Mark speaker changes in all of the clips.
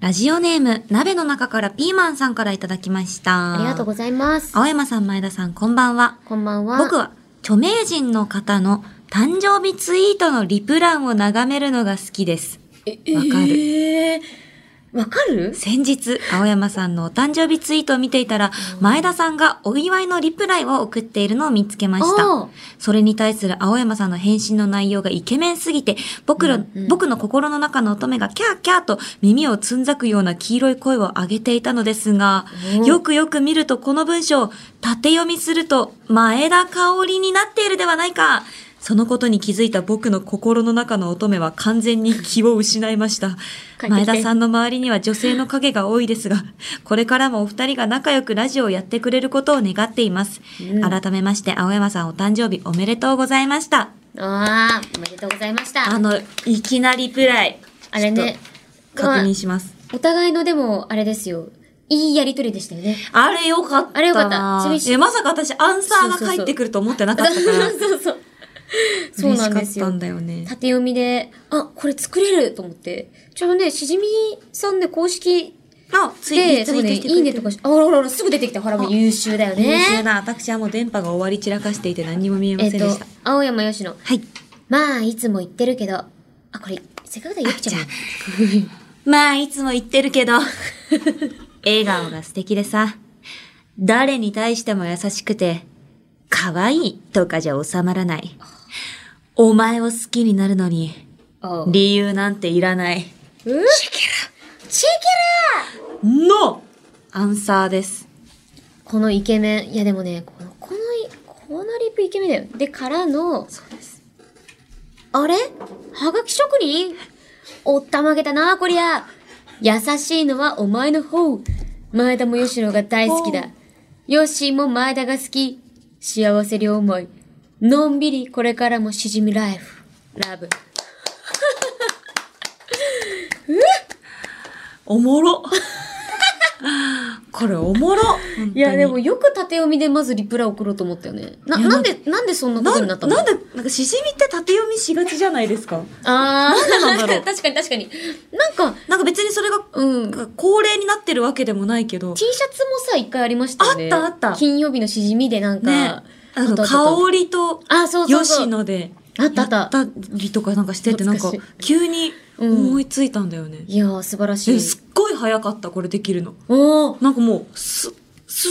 Speaker 1: ラジオネーム、鍋の中からピーマンさんからいただきました。
Speaker 2: ありがとうご
Speaker 1: ざい
Speaker 2: ざいます。
Speaker 1: 青山さん、前田さん、こんばんは。
Speaker 2: こんばんは。
Speaker 1: 僕は、著名人の方の誕生日ツイートのリプ欄を眺めるのが好きです。
Speaker 2: え、
Speaker 1: わかる
Speaker 2: えーわかる
Speaker 1: 先日、青山さんのお誕生日ツイートを見ていたら、前田さんがお祝いのリプライを送っているのを見つけました。
Speaker 2: おー
Speaker 1: それに対する青山さんの返信の内容がイケメンすぎて、僕ら、
Speaker 2: うんうん
Speaker 1: 僕の心の中の乙女がキャーキャーと耳をつんざくような黄色い声を上げていたのですが
Speaker 2: お、ー
Speaker 1: よくよく見るとこの文章、縦読みすると、前田香織になっているではないか。そのことに気づいた僕の心の中の乙女は完全に気を失いました。
Speaker 2: 帰ってきて
Speaker 1: 前田さんの周りには女性の影が多いですが、 これからもお二人が仲良くラジオをやってくれることを願っています。
Speaker 2: うん
Speaker 1: 改めまして、青山さんお誕生日おめでとうございました。
Speaker 2: ああ、おめでとうございました。
Speaker 1: あの、いきなりプライ。
Speaker 2: あれね
Speaker 1: ちょっと。確認します。
Speaker 2: お互いのでも、あれですよ。いいやりとりでしたよね。
Speaker 1: あれよかったな。
Speaker 2: あれよかったちびし
Speaker 1: えまさか私、アンサーが返ってくると思ってなかったから。
Speaker 2: そうそう。そうなんです
Speaker 1: 嬉し
Speaker 2: よ。
Speaker 1: かったんだよね。
Speaker 2: 縦読みで、あ、これ作れると思って。ちょうどね、しじみさんで公式
Speaker 1: あ、つ
Speaker 2: で、
Speaker 1: い
Speaker 2: そう
Speaker 1: て
Speaker 2: ね、
Speaker 1: きてく
Speaker 2: いい
Speaker 1: れて
Speaker 2: ね
Speaker 1: る
Speaker 2: とかし、あららら、すぐ出てきた。ほら、もう優秀だよね。
Speaker 1: 優秀な。私はもう電波が終わり散らかしていて何にも見えま
Speaker 2: え
Speaker 1: せ
Speaker 2: っ
Speaker 1: んで
Speaker 2: と
Speaker 1: した。、
Speaker 2: 青山よしの。
Speaker 1: はい。
Speaker 2: まあ、いつも言ってるけど。あ、これ、せっかくだよ、ゆきちゃんも。
Speaker 1: まあ、いつも言ってるけど、笑顔が素敵でさ、誰に対しても優しくて、可愛いとかじゃ収まらない。お前を好きになるのに、
Speaker 2: おう
Speaker 1: 理由なんていらない。
Speaker 2: チェケラチェケラ
Speaker 1: のアンサーです。
Speaker 2: このイケメン。いやでもね、この、このい、このリップイケメンだよ。で、からの、
Speaker 1: そうです。
Speaker 2: あれはがき職人おったまげたな、こりゃ。優しいのはお前の方。前田も吉野が大好きだ。ヨッシーも前田が好き。幸せ両思い。のんびりこれからもしじみライフ。ラブ。
Speaker 1: おもろ。これおもろ。
Speaker 2: いや、でもよく縦読みでまずリプライ送ろうと思ったよね。な、
Speaker 1: いや
Speaker 2: なんで、なんでそんなこ
Speaker 1: な
Speaker 2: と
Speaker 1: ん
Speaker 2: に
Speaker 1: な
Speaker 2: なんっ
Speaker 1: で、
Speaker 2: たの
Speaker 1: なんかしじみって縦読みしがちじゃないですか。
Speaker 2: あー、
Speaker 1: なんでなんだろう
Speaker 2: 確かに確かに。なんか、
Speaker 1: なんか別にそれが、
Speaker 2: うん。T
Speaker 1: なんか恒例になってるわけでもないけど。
Speaker 2: シャツもさ、一回ありましたよね。
Speaker 1: あったあった
Speaker 2: 金曜日のしじみでなんか、
Speaker 1: ね。あ
Speaker 2: あ
Speaker 1: の、
Speaker 2: とあと
Speaker 1: 香りと、
Speaker 2: あ、そうそうそ
Speaker 1: 吉
Speaker 2: う。
Speaker 1: 野で、
Speaker 2: あったあった
Speaker 1: やったりとかなんかしてて、なんか
Speaker 2: 懐か、
Speaker 1: 急に
Speaker 2: うん
Speaker 1: 思いついたんだよね。
Speaker 2: いやー、素晴らし
Speaker 1: え、
Speaker 2: い。
Speaker 1: すっごい早かった、これできるの。
Speaker 2: おー
Speaker 1: なんかもう、す、ススススス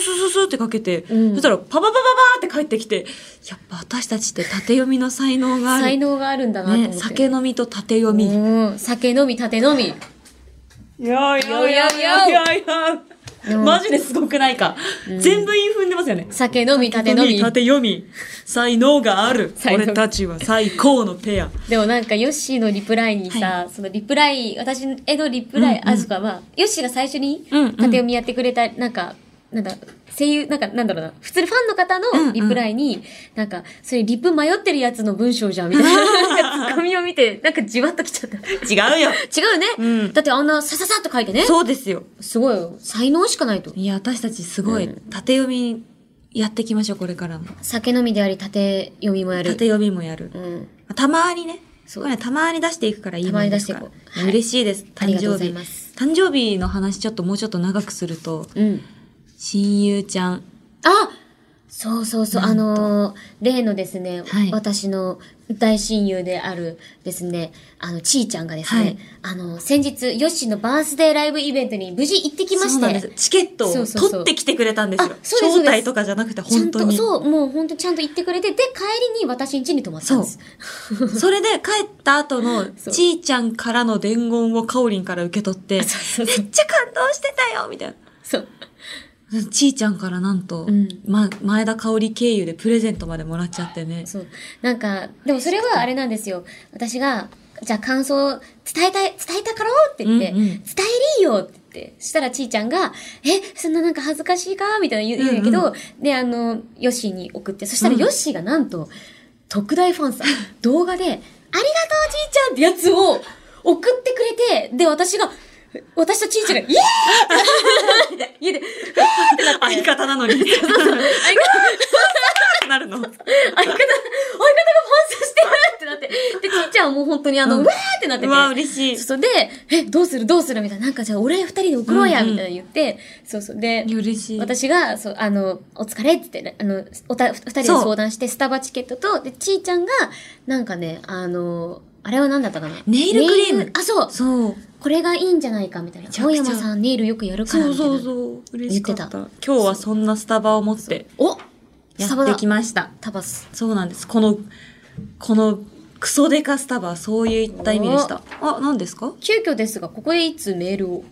Speaker 1: スススってかけて、
Speaker 2: うん
Speaker 1: そしたら、パパパパパーって帰ってきて、やっぱ私たちって縦読みの才能がある。
Speaker 2: 才能があるんだなと思っ
Speaker 1: ね、
Speaker 2: て。
Speaker 1: 酒飲みと縦読み。
Speaker 2: うん。酒飲み、縦飲み。
Speaker 1: やい
Speaker 2: やいやいやいや
Speaker 1: いやマジですごくないか。全部イン踏んでますよね。
Speaker 2: 酒飲み、縦飲み。
Speaker 1: 縦読み。才能がある。
Speaker 2: 才能
Speaker 1: 俺たちは最高のペア。
Speaker 2: でもなんか、ヨッシーのリプライにさ、そのリプライ、私へのリプライ、
Speaker 1: うんうん
Speaker 2: あそこはまあ、ヨッシーが最初に、
Speaker 1: うんうん
Speaker 2: 縦読みやってくれた、なんか、なんだ、声優、なんか、なんだろうな、普通にファンの方のリプライに、なんか、それリプ迷ってるやつの文章じゃん、みたい な、なんかツッコミを見て、なんかじわっときちゃった。違
Speaker 1: 違うよ。
Speaker 2: うね、
Speaker 1: うん
Speaker 2: だってあんなさささっと書いてね。
Speaker 1: そうですよ。
Speaker 2: すごいよ。才能しかないと。
Speaker 1: いや、私たちすごい、縦読みやっていきましょう、これからも。
Speaker 2: 酒飲みであり、縦読みもやる。
Speaker 1: 縦読みもやる
Speaker 2: う。ん。
Speaker 1: たまにね。
Speaker 2: そう
Speaker 1: これはたまに出していくからいいも
Speaker 2: たま
Speaker 1: ん
Speaker 2: に
Speaker 1: で
Speaker 2: 出し
Speaker 1: す
Speaker 2: てい
Speaker 1: か
Speaker 2: こ
Speaker 1: ら
Speaker 2: う。はい
Speaker 1: 嬉しいです。
Speaker 2: あ
Speaker 1: 誕
Speaker 2: りがと
Speaker 1: 生
Speaker 2: うござい
Speaker 1: 日
Speaker 2: ます。
Speaker 1: 誕生日の話ちょっともうちょっと長くすると、
Speaker 2: うん。
Speaker 1: 親友ちゃん。
Speaker 2: あそうそうそう、あのー例のですね、
Speaker 1: はい
Speaker 2: 私の大親友であるですね、あの、ちーちゃんがですね、
Speaker 1: はい
Speaker 2: あの、先日、ヨッシーのバースデーライブイベントに無事行ってきま
Speaker 1: そう
Speaker 2: し
Speaker 1: なんです
Speaker 2: て、。
Speaker 1: チケット
Speaker 2: そう
Speaker 1: を
Speaker 2: そうそう
Speaker 1: 取ってきてくれたんですよ
Speaker 2: あ。そうですそ
Speaker 1: 招
Speaker 2: うです
Speaker 1: 待とかじゃなくて、
Speaker 2: ちゃん
Speaker 1: 本当
Speaker 2: と、
Speaker 1: に。
Speaker 2: そう、もう本当ちゃんと行ってくれて、で、帰りに私ん家に泊まったんです。
Speaker 1: それで帰った後の、
Speaker 2: そう
Speaker 1: ちいちゃんからの伝言をかおりんから受け取って、めっ
Speaker 2: そうそう
Speaker 1: ちゃ感動してたよみたい
Speaker 2: そう。
Speaker 1: な。ちいちゃんからなんと、
Speaker 2: うん
Speaker 1: ま、前田香織経由でプレゼントまでもらっちゃってね。
Speaker 2: そう。なんか、でもそれはあれなんですよ。私が、じゃあ感想を伝えたい、伝えたからって言って、
Speaker 1: うんうん
Speaker 2: 伝えりーよって言って、したらちーちゃんが、え、そんななんか恥ずかしいかみたいな言う言うんやけど、で、あの、ヨッシーに送って、そしたら
Speaker 1: うん
Speaker 2: ヨッシーがなんと、特大ファンさ、動画で、ありがとうちーちゃんってやつを送ってくれて、で、私が、私とちーちゃんが、イエーイって家で、
Speaker 1: 相方なの に。
Speaker 2: 相方、
Speaker 1: なるの。
Speaker 2: 相方、相方がファンさしてるってってなって。で、ちいちゃんはもう本当にあの、う
Speaker 1: うん
Speaker 2: わーってなって
Speaker 1: う
Speaker 2: て。
Speaker 1: わ、嬉し
Speaker 2: そうで、え、どうするどうするみたいな。なんかじゃあ俺二人で送ろうや、
Speaker 1: うんうん
Speaker 2: みたいな言って、そうそう。で
Speaker 1: い。、嬉しい。
Speaker 2: 私が、そう、あの、お疲れって言って、あの、おた、二人で
Speaker 1: そう
Speaker 2: 相談して、スタバチケットと、で、ちいちゃんが、なんかね、あの、あれは何だったかな
Speaker 1: ネイルクリーム
Speaker 2: ネあ、そう
Speaker 1: そう。
Speaker 2: これがいいんじゃないか、みたいな。
Speaker 1: ちゃく
Speaker 2: 青
Speaker 1: ちゃ
Speaker 2: 山さんネイルよくやるから、
Speaker 1: そ
Speaker 2: み
Speaker 1: う
Speaker 2: たいな。
Speaker 1: そうそう。嬉しかった。
Speaker 2: 言
Speaker 1: 今日はそんなスタバを持って
Speaker 2: お
Speaker 1: や
Speaker 2: スタバ
Speaker 1: って
Speaker 2: だ
Speaker 1: き。ました。
Speaker 2: タバス。
Speaker 1: そうなんです。この、このクソデカスタバはそういった意味でした。あ、何ですか
Speaker 2: 急遽ですが、ここで一通メールを。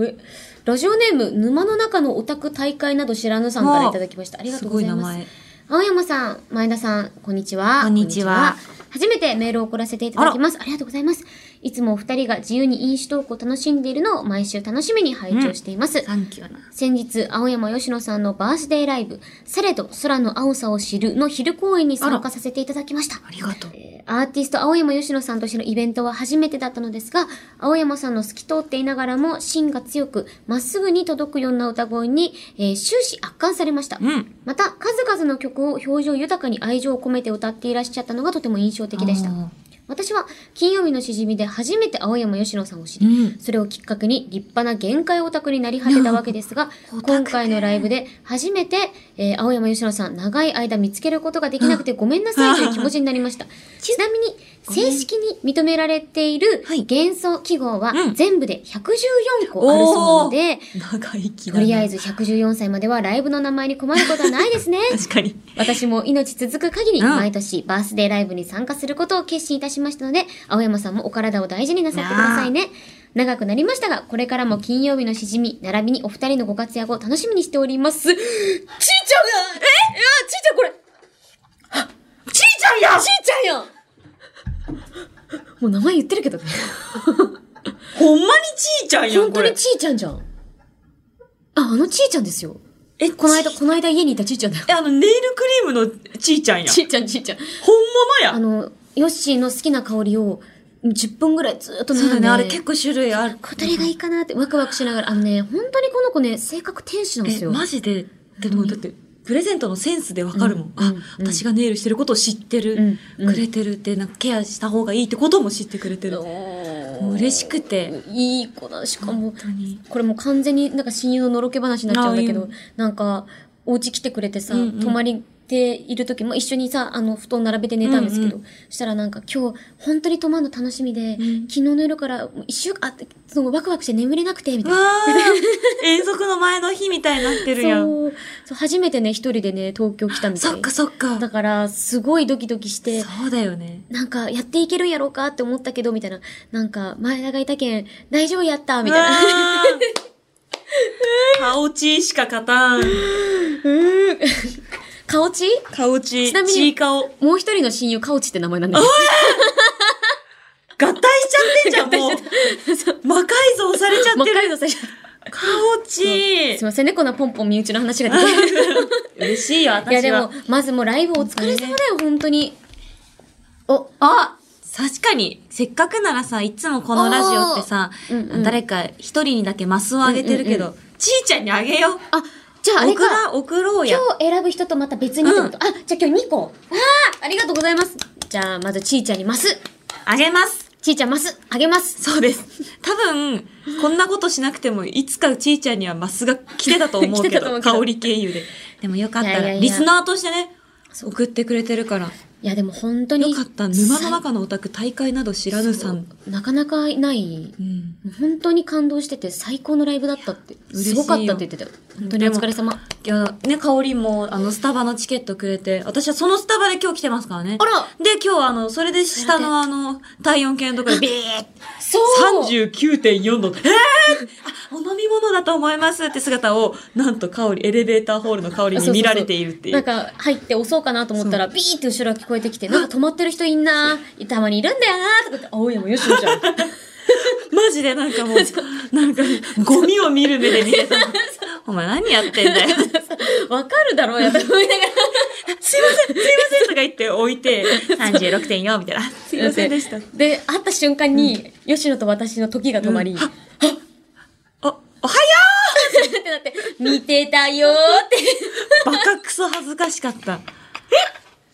Speaker 2: え、ラジオネーム、沼の中のオタク大会など知らぬさんからいただきました。ありがとうございます。
Speaker 1: すごい名前。
Speaker 2: 青山さん、前田さん、こんにちは。
Speaker 1: こんにちは
Speaker 2: こんにちは。初めてメールを送らせていただきます。ありがとうございます。いつもお二人が自由に飲酒トークを楽しんでいるのを毎週楽しみに拝聴しています。
Speaker 1: サンキューな。
Speaker 2: 先日、青山吉野さんのバースデーライブ、されど空の青さを知るの昼公演に参加させていただきました。
Speaker 1: ありがとう。
Speaker 2: えーアーティスト青山吉野さんとしてのイベントは初めてだったのですが、青山さんの透き通っていながらも芯が強く、まっすぐに届くような歌声に、えー終始圧巻されました。
Speaker 1: うん。
Speaker 2: また、数々の曲を表情豊かに愛情を込めて歌っていらっしゃったのがとても印象的でした
Speaker 1: あ。ー
Speaker 2: 私は、金曜日のしじみで初めて青山吉野さんを知り、
Speaker 1: うん
Speaker 2: それをきっかけに立派な限界オタクになり果てたわけですが
Speaker 1: オタ、クね
Speaker 2: 今回のライブで初めて、えー青山吉野さん、長い間見つけることができなくてごめんなさいという気持ちになりま した。ちなみに、
Speaker 1: ごめん
Speaker 2: 正式に認められている
Speaker 1: はい
Speaker 2: 幻想記号は
Speaker 1: うん
Speaker 2: 全部で114個あるそうなので、
Speaker 1: 長生きだ
Speaker 2: と
Speaker 1: な
Speaker 2: りあえず114歳まではライブの名前に困ることはないですね。
Speaker 1: 確かに。
Speaker 2: 私も命続く限り、
Speaker 1: うん
Speaker 2: 毎年バースデーライブに参加することを決心いたしましたので、青山さんもお体を大事になさってくださいね。長くなりましたが、これからも金曜日のしじみ、並びにお二人のご活躍を楽しみにしております。ちいちゃんがえいや、ちいちゃんこれちいちゃんやちいちゃんやもう名前言ってるけど、
Speaker 1: ほんまにちいちゃんやん、
Speaker 2: 本
Speaker 1: こ
Speaker 2: 当
Speaker 1: れ
Speaker 2: に。ちいちゃんじゃん。あ、あのちいちゃんですよ。
Speaker 1: え、
Speaker 2: この間、
Speaker 1: ち
Speaker 2: この間家にいたちいちゃんだよ。
Speaker 1: え、あの、ネイルクリームのちいちゃんやん。
Speaker 2: ちいちゃんちいちゃん。
Speaker 1: ほんまま
Speaker 2: あ
Speaker 1: や。
Speaker 2: の、ヨッシーの好きな香りを10分ぐらいずっと
Speaker 1: そうだ
Speaker 2: 並んで
Speaker 1: ね、あれ結構種類ある。
Speaker 2: どれがいいかな ってワクワクしながら、あのね、本当にこの子ね、性格天使なんです
Speaker 1: え、
Speaker 2: よ。
Speaker 1: マジで、でもだって、プレゼントのセンスでわかるもん。
Speaker 2: うん
Speaker 1: あ、
Speaker 2: うん
Speaker 1: 私がネイルしてることを知ってる、
Speaker 2: うんうん
Speaker 1: くれてるって、なんかケアした方がいいってことも知ってくれてる。もう嬉しくて。
Speaker 2: いい子だ。しかも
Speaker 1: 本、当に。
Speaker 2: これもう完全になんか親友ののろけ話になっちゃうんだけ
Speaker 1: あ
Speaker 2: ど
Speaker 1: いい、
Speaker 2: なんか、お家来てくれてさ、
Speaker 1: うんうん
Speaker 2: 泊まりている時も一緒にさ、あの、布団並べて寝たんですけど、
Speaker 1: うん
Speaker 2: そしたらなんか今日、本当に泊まるの楽しみで、
Speaker 1: うん
Speaker 2: 昨日の夜からもう一週間、あそのワクワクして眠れなくて、みたいな
Speaker 1: わ。あ遠足の前の日みたいになってる やん。
Speaker 2: そうそう初めてね、一人でね、東京来たみたい。
Speaker 1: そっかそっか。
Speaker 2: だから、すごいドキドキして、
Speaker 1: そうだよね。
Speaker 2: なんか、やっていけるんやろうかって思ったけど、みたいな。なんか、前田がいたけん、大丈夫やった、みたいな。
Speaker 1: な。 顔ちしか勝たん。
Speaker 2: 顔ち
Speaker 1: 顔ち、
Speaker 2: ちなみに
Speaker 1: ちい顔。合
Speaker 2: もう一人の親友、顔ちって名前なんだけ
Speaker 1: 体しちゃってんじゃん、 もう。魔改造されちゃ
Speaker 2: ど。
Speaker 1: っ
Speaker 2: 魔
Speaker 1: てる。
Speaker 2: 改造されちゃっ
Speaker 1: 顔
Speaker 2: た
Speaker 1: ち
Speaker 2: すい。ませんね、こんなポンポン身内の話が出て。
Speaker 1: 嬉しい よ、私は。
Speaker 2: いや、でも、まずもうライブお疲れ様だよ、本当に。お、
Speaker 1: あ確かに、せっかくならさ、いつもこのラジオってさ、
Speaker 2: あーうんうん
Speaker 1: 誰か一人にだけマスをあげてるけど、
Speaker 2: うん
Speaker 1: ちいちゃんにあげよう。
Speaker 2: あ、じゃああれ
Speaker 1: 送
Speaker 2: か。
Speaker 1: ら、送ろうや
Speaker 2: 今。日選ぶ人とまた別にってこと、あ、じゃあ今日2個。わあありがとうございます。じゃあ、まずちいちゃんにます。
Speaker 1: あげます。
Speaker 2: ちいちゃんます。あげます。
Speaker 1: そうです。多分、こんなことしなくても、いつかちいちゃんにはマスが来てたと思うけ
Speaker 2: 来てたと思
Speaker 1: ど、
Speaker 2: うけど
Speaker 1: 香り経由で。でもよかった
Speaker 2: いやいや
Speaker 1: ら、
Speaker 2: いや
Speaker 1: リスナーとしてね、送ってくれてるから。
Speaker 2: いや、でも本当に。
Speaker 1: よかった。沼の中のオタク大会など知らぬさん。
Speaker 2: なかなかない。
Speaker 1: うん。
Speaker 2: 本当に感動してて、最高のライブだったって。
Speaker 1: 嬉しい
Speaker 2: す
Speaker 1: よ
Speaker 2: ごかったって言ってたよ。本当にお疲れ様。
Speaker 1: いや、ね、香りも、あの、スタバのチケットくれて、私はそのスタバで今日来てますからね。
Speaker 2: あら
Speaker 1: で、今日はあの、それで下のあの、体温計のところでビーって、
Speaker 2: そ
Speaker 1: 39.4度。えー、あお飲み物だと思いますって姿を、なんと香り、エレベーターホールの香りに見られているってい
Speaker 2: なん
Speaker 1: う。
Speaker 2: か、入って押そうかなと思ったら、ビーって後ろが聞こえてきて、なんか止まってる人いんなたまにいるんだよなーとかって、青山よしのじゃん。
Speaker 1: マジでなんかもう、なんか、ゴミを見る目で見て た。お前何やってんだよ。 すいま
Speaker 2: わかるだろうやと思いながら。
Speaker 1: せん、すいませんとか言って置いて、36.4みたいな。すいませんでした。
Speaker 2: で、会った瞬間に、吉野と私の時が止まり、
Speaker 1: うん
Speaker 2: あっ
Speaker 1: あ、おはよ
Speaker 2: てな って、見てたよーって。
Speaker 1: うバカクソ恥ずかしかった。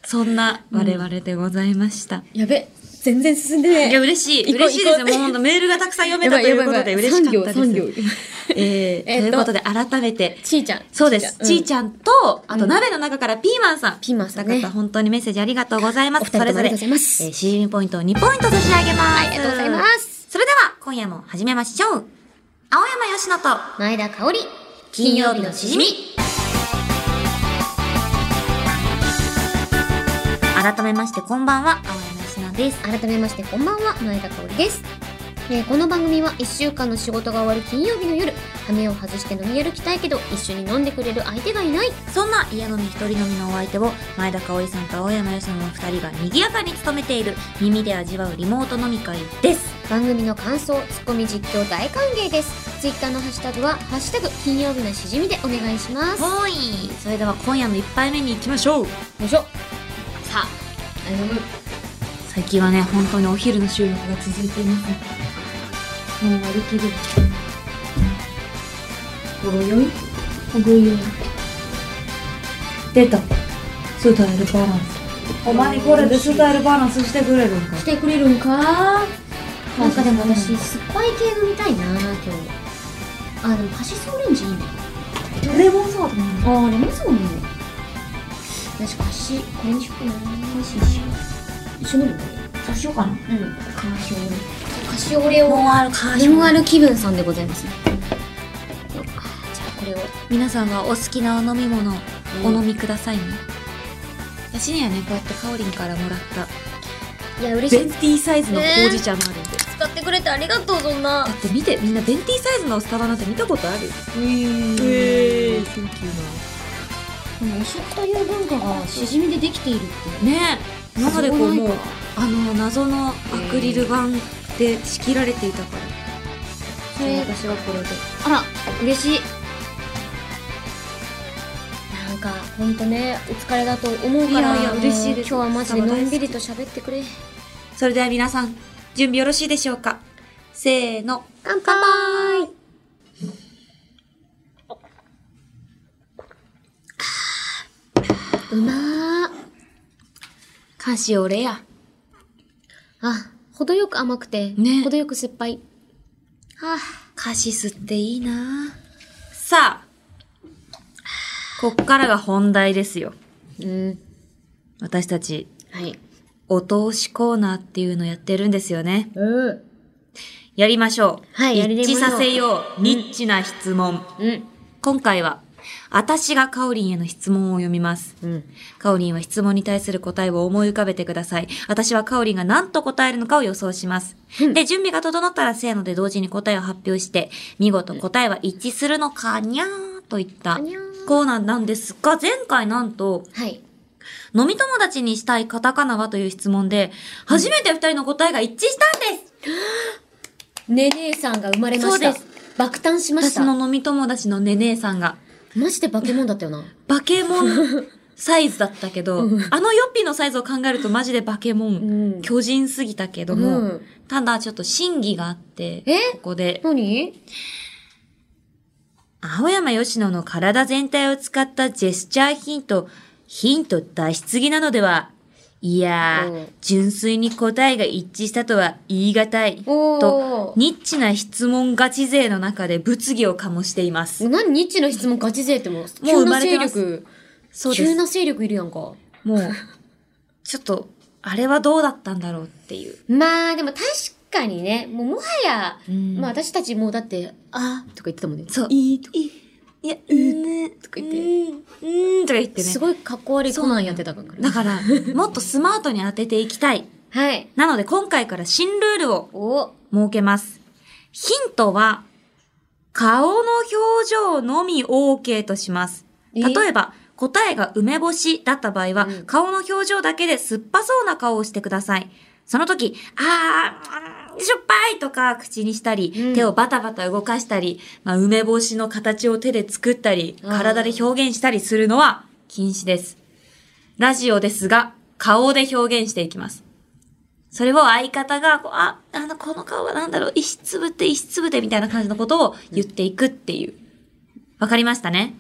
Speaker 1: そんな我々でございました。
Speaker 2: やべ、全然進んでね
Speaker 1: いや、嬉しい。
Speaker 2: 行こう
Speaker 1: 嬉しいですよ。も
Speaker 2: 行
Speaker 1: う
Speaker 2: こう
Speaker 1: 本当メールがたくさん読め
Speaker 2: やば
Speaker 1: た
Speaker 2: い
Speaker 1: ということ
Speaker 2: やば
Speaker 1: で
Speaker 2: い
Speaker 1: 嬉しかったで
Speaker 2: 三
Speaker 1: す
Speaker 2: 行三行。
Speaker 1: えーと
Speaker 2: えっ
Speaker 1: い
Speaker 2: と
Speaker 1: うことで改めて、
Speaker 2: ちーちゃん。
Speaker 1: そうです。ち
Speaker 2: ち
Speaker 1: ー
Speaker 2: ー
Speaker 1: ち
Speaker 2: ちゃん。
Speaker 1: ゃんと、あと鍋の中からピーマンさん。
Speaker 2: ピーマンさん
Speaker 1: お
Speaker 2: ね
Speaker 1: 二方本当にメッセージありがとうございます。
Speaker 2: お二人ともありがとうございます
Speaker 1: それぞれえー、シーリンポイントを2ポイント差し上げます。
Speaker 2: ありがとうございま。す。
Speaker 1: それでは、今夜も始めましょう。青山よしのと、
Speaker 2: 前田香織。
Speaker 1: 金曜日のしじみ。改めまして、こんばんは、青山よしのです。
Speaker 2: 改めましてこんばんは前田香織です、えーこの番組は1週間の仕事が終わる金曜日の夜羽目を外して飲み歩きたいけど一緒に飲んでくれる相手がいない
Speaker 1: そんな家飲み一人飲みのお相手を前田香織さんと青山由さんのお二人が賑やかに務めている耳で味わうリモート飲み会です。
Speaker 2: 番組の感想ツッコミ実況大歓迎ですツイッターのハッシュタグは「ハッシュタグ金曜日のしじみ」でお願いします
Speaker 1: ほい。それでは今夜の一杯目に行きましょう。
Speaker 2: よいしょさああの
Speaker 1: 最近はね、本当にお昼の収録が続いていますね。もう割り切る。ごよいごよい。出た。スタイルバランス。お前にこれでスタイルバランスしてくれるんか。
Speaker 2: 来てくれるんかなんかでも
Speaker 1: う
Speaker 2: 私
Speaker 1: ん
Speaker 2: 酸っぱい系が見たいな今日あでもカシスオレンジいいね
Speaker 1: レモンサワーとかね
Speaker 2: ああ、レモンサワーもいいね。私、菓子、これにしようかな。菓子にしよう。一緒に飲む
Speaker 1: そうしようかな。
Speaker 2: うん。カシオレ。カシオレを、
Speaker 1: あるか
Speaker 2: レモンある気分さんでございますね。あーじゃあ、これを。
Speaker 1: 皆さんがお好きなお飲み物お
Speaker 2: うん
Speaker 1: 飲みくださいね、私にはねこうやってかおりんからもらった
Speaker 2: いや、嬉し
Speaker 1: ベ
Speaker 2: い
Speaker 1: ン。ティーサイズのほうじ茶もあるんで、
Speaker 2: 使ってくれてありがとう、そんな
Speaker 1: だ。って見てみんなベンティーサイズのスタバなんて見たことある
Speaker 2: うー
Speaker 1: えー、センキュ
Speaker 2: このお食という文化がしじみでできているって。
Speaker 1: ーなねえ今までこう
Speaker 2: す
Speaker 1: も
Speaker 2: ごいう
Speaker 1: あの謎のアクリル板で仕切られていたから、
Speaker 2: それ
Speaker 1: 私はこれで
Speaker 2: あら、嬉しい。なんか、ほんとね、お疲れだと思うから、
Speaker 1: いやいや
Speaker 2: もう
Speaker 1: 嬉しいです
Speaker 2: 今日はマジでのんびりと喋ってくれ。
Speaker 1: それでは皆さん準備よろしいでしょうかせーの
Speaker 2: 乾杯うまー。
Speaker 1: カシオレア
Speaker 2: あ、程よく甘くて、
Speaker 1: ね
Speaker 2: 程よく酸っぱい。はあ、
Speaker 1: カシスっていいなぁさあ、こっからが本題ですよ。
Speaker 2: うん。
Speaker 1: 私たち、
Speaker 2: はい。
Speaker 1: お通しコーナーっていうのやってるんですよね。
Speaker 2: うん。
Speaker 1: やりましょう。
Speaker 2: はいやりま
Speaker 1: 一
Speaker 2: しょう
Speaker 1: 致させよう。ニッチな質問。
Speaker 2: うん。
Speaker 1: 今回は、私がカオリンへの質問を読みます。
Speaker 2: うん。
Speaker 1: カオリンは質問に対する答えを思い浮かべてください。私はカオリンが何と答えるのかを予想します。で、準備が整ったらせーので同時に答えを発表して、見事答えは一致するのかにゃーといった
Speaker 2: かにゃー
Speaker 1: コーナーなんですが、前回なんと、
Speaker 2: はい。
Speaker 1: 飲み友達にしたいカタカナはという質問で、初めて二人の答えが一致したんです
Speaker 2: ねねえさんが生まれました。
Speaker 1: そう
Speaker 2: 爆誕しまし
Speaker 1: 私
Speaker 2: た。
Speaker 1: の飲み友達のねねえさんが、
Speaker 2: マジで化け物だったよな。
Speaker 1: バケモン サイズだったけど、あのヨッピーのサイズを考えるとマジでバケモン。
Speaker 2: ん
Speaker 1: 巨人すぎたけども、
Speaker 2: うん
Speaker 1: ただちょっと審議があって、
Speaker 2: え
Speaker 1: ここで、
Speaker 2: 何
Speaker 1: 青山吉野の体全体を使ったジェスチャーヒント、ヒント出しすぎなのでは、いやー、
Speaker 2: うん
Speaker 1: 純粋に答えが一致したとは言い難い、
Speaker 2: おー
Speaker 1: と、ニッチな質問ガチ勢の中で物議を醸しています。
Speaker 2: 何ニッチの質問ガチ勢ってもう、
Speaker 1: もう
Speaker 2: 急
Speaker 1: 生ま
Speaker 2: な
Speaker 1: れて
Speaker 2: 勢
Speaker 1: ます
Speaker 2: 力。
Speaker 1: そうで
Speaker 2: 急
Speaker 1: す。
Speaker 2: な勢力いるやんか。
Speaker 1: もう、ちょっと、あれはどうだったんだろうっていう。
Speaker 2: まあでも確かにね、もうもはや、
Speaker 1: うん
Speaker 2: まあ私たちもうだって、あーとか言ってたもんね。
Speaker 1: そう。いい、いい、いや、うーん、とか
Speaker 2: 言
Speaker 1: 言っ
Speaker 2: っ
Speaker 1: てて、うん、とか言ってね
Speaker 2: す。ごいかっこ悪いコナンやってたから
Speaker 1: だ
Speaker 2: ね。
Speaker 1: から、もっとスマートに当てていきたい。
Speaker 2: はい。
Speaker 1: なので今回から新ルールを
Speaker 2: お
Speaker 1: 設けます。ヒントは、顔の表情のみ OK とします。
Speaker 2: え
Speaker 1: 例えば、答えが梅干しだった場合は、
Speaker 2: うん
Speaker 1: 顔の表情だけで酸っぱそうな顔をしてください。その時、あーうん、しょっぱいとか口にしたり、
Speaker 2: うん
Speaker 1: 手をバタバタ動かしたり、まあ、梅干しの形を手で作ったり、
Speaker 2: あー
Speaker 1: 体で表現したりするのは禁止です。ラジオですが、顔で表現していきます。それを相方が、こうあ、あの、この顔はなんだろう、石つぶって、石つぶってみたいな感じのことを言っていくっていう。わかりましたね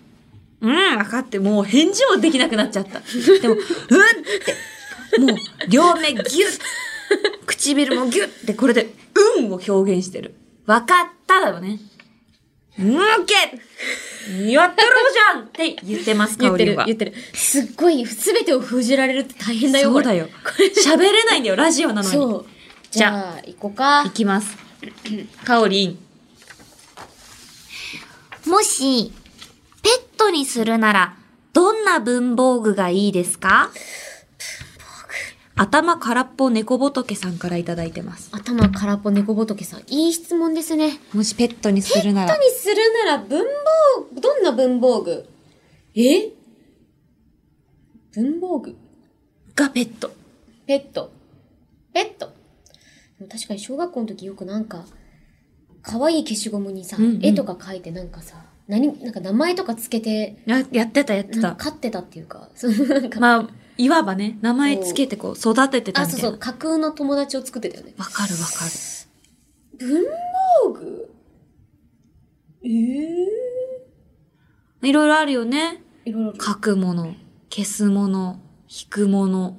Speaker 1: うん、分かって、もう返事もできなくなっちゃった。でも、うんって、もう両目ギュッ、唇もギュッって、これで、うんを表現してる。分かっただよね。うんけやってるじゃんって言ってます、
Speaker 2: 言
Speaker 1: か
Speaker 2: っ
Speaker 1: お
Speaker 2: て
Speaker 1: りん
Speaker 2: る
Speaker 1: は、。
Speaker 2: 言ってる。すっごい、すべてを封じられるって大変だよ、
Speaker 1: そう
Speaker 2: これ
Speaker 1: だよ。喋れないんだよ、ラジオなのに。
Speaker 2: そう。じゃあ、行こうか
Speaker 1: い。きます。かおりん。もし、ペットにするなら、どんな文房具がいいですか頭空っぽ猫仏さんからいただいてます。
Speaker 2: 頭空っぽ猫仏さん。いい質問ですね。
Speaker 1: もしペットにするな
Speaker 2: ペッ
Speaker 1: ら
Speaker 2: ト、にするなら文房具、どんな文房具え文房具
Speaker 1: がペット。
Speaker 2: ペット。ペット。でも確かに小学校の時よくなんか、可愛い消しゴムにさ、
Speaker 1: うんうん
Speaker 2: 絵とか描いてなんかさ、何、なんか名前とかつけて、
Speaker 1: ややってた、やって
Speaker 2: なん
Speaker 1: た。
Speaker 2: か飼ってたっていうか、 そのなんか、
Speaker 1: まあ、いわばね、名前つけてこう、育ててた
Speaker 2: あ、
Speaker 1: み
Speaker 2: そう
Speaker 1: たい
Speaker 2: そ
Speaker 1: な。
Speaker 2: う、架空の友達を作ってたよね。
Speaker 1: わかるわかる。
Speaker 2: 文房具ええ
Speaker 1: いろいろあるよね。
Speaker 2: いろいろある。
Speaker 1: 書くもの、消すもの、引くもの、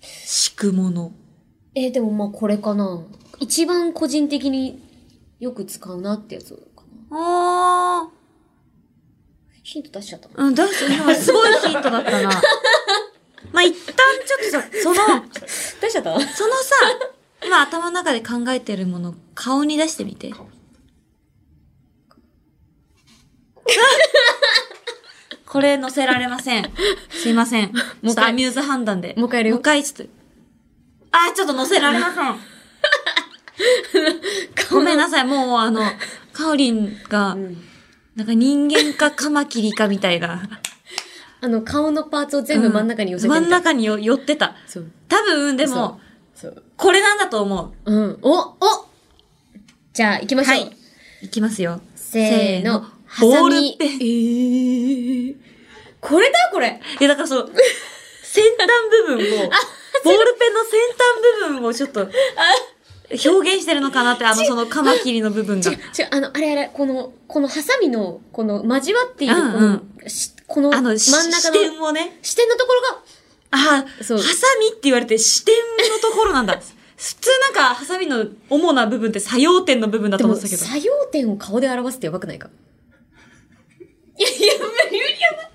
Speaker 1: 敷くもの。
Speaker 2: えーでもまあこれかな。一番個人的によく使うなってやつかな。
Speaker 1: あ
Speaker 2: ヒント出しちゃったな。
Speaker 1: ー。うん、だし、今すごいヒントだ ったな。まあ、一旦ちょっとさ、その、
Speaker 2: 出しちゃった
Speaker 1: そのさ、 今頭の中で考えてるもの、顔に出してみて。 これ載せられません。すいません。ちょ
Speaker 2: もう一回
Speaker 1: っとアミューズ判断で。
Speaker 2: もう一回やるよ
Speaker 1: もう一回、ちょっと。あー、ちょっと載せられま せん。ごめんなさい、もうあの、カオリンが、
Speaker 2: ん
Speaker 1: なんか人間かカマキリかみたいな。
Speaker 2: あの顔のパーツを全部真ん中に寄せてみた
Speaker 1: 真ん中によ寄ってた。
Speaker 2: そう。
Speaker 1: 多分、でも、
Speaker 2: そう。そう。
Speaker 1: これなんだと思う。
Speaker 2: うん。おおじゃあ行きましょう。
Speaker 1: はい。いきますよ。
Speaker 2: せーの。ハ
Speaker 1: ボ
Speaker 2: サ
Speaker 1: ール
Speaker 2: ミ。
Speaker 1: ペン。
Speaker 2: ええこれだこれ
Speaker 1: いや、だからそう、 先端部分を、ボールペンの先端部分をちょっと、表現してるのかなって、あの、そのカマキリの部分
Speaker 2: 違
Speaker 1: が
Speaker 2: う。違う、あの、あれあれ、この、このハサミの、この交わっている、この、
Speaker 1: うん
Speaker 2: しこの
Speaker 1: あの、し
Speaker 2: 真ん中
Speaker 1: 視
Speaker 2: の
Speaker 1: 点をね。
Speaker 2: 視点のところが、
Speaker 1: ああ、ハサ
Speaker 2: そう
Speaker 1: ミって言われて視点のところなん だ。普通なんか、ハサミの主な部分って作用点の部分だ
Speaker 2: で
Speaker 1: と思
Speaker 2: も、
Speaker 1: ってたけど。
Speaker 2: 作用点を顔で表すってやばくないかいや、やばい、やばい。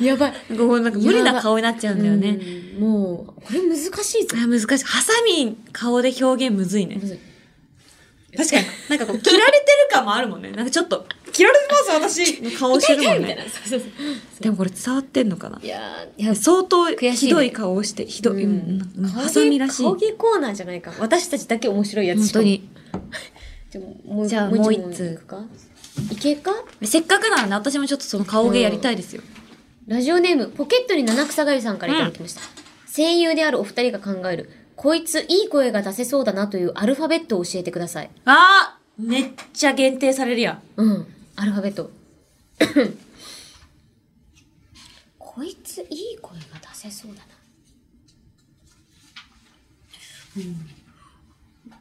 Speaker 2: やばい。
Speaker 1: ごめん、なんか無理な顔になっちゃうんだよね。
Speaker 2: うん。もう、これ難しいぞ。
Speaker 1: あ難しい。ハサミ、顔で表現むずいね
Speaker 2: む。ずい
Speaker 1: 確かに。なんかこう、切られてる感もあるもんね。なんかちょっと、切られてます、私の顔してるもん
Speaker 2: みたい
Speaker 1: ね。
Speaker 2: な。そうそうそう
Speaker 1: でもこれ伝わってんのかない
Speaker 2: やー、いや、
Speaker 1: 相当
Speaker 2: 悔しいね
Speaker 1: ひどい顔をして、ひどい、うんうんハサミらしい。
Speaker 2: 顔
Speaker 1: 本
Speaker 2: 芸コーナーじゃないか。私たちだけ面白いやつしか
Speaker 1: 当。に。
Speaker 2: じゃあもう、
Speaker 1: じゃあ
Speaker 2: もう
Speaker 1: もう
Speaker 2: 一
Speaker 1: 一
Speaker 2: つ
Speaker 1: 通
Speaker 2: いくか。いけるか
Speaker 1: せっかくならね、私もちょっとその顔芸やりたいですよ。
Speaker 2: ラジオネーム、ポケットに七草がゆさんからいただきました。声優であるお二人が考える、こいついい声が出せそうだなというアルファベットを教えてください。
Speaker 1: あーめっちゃ限定されるやん。
Speaker 2: うん、アルファベット。 こいついい声が出せそうだな。うん、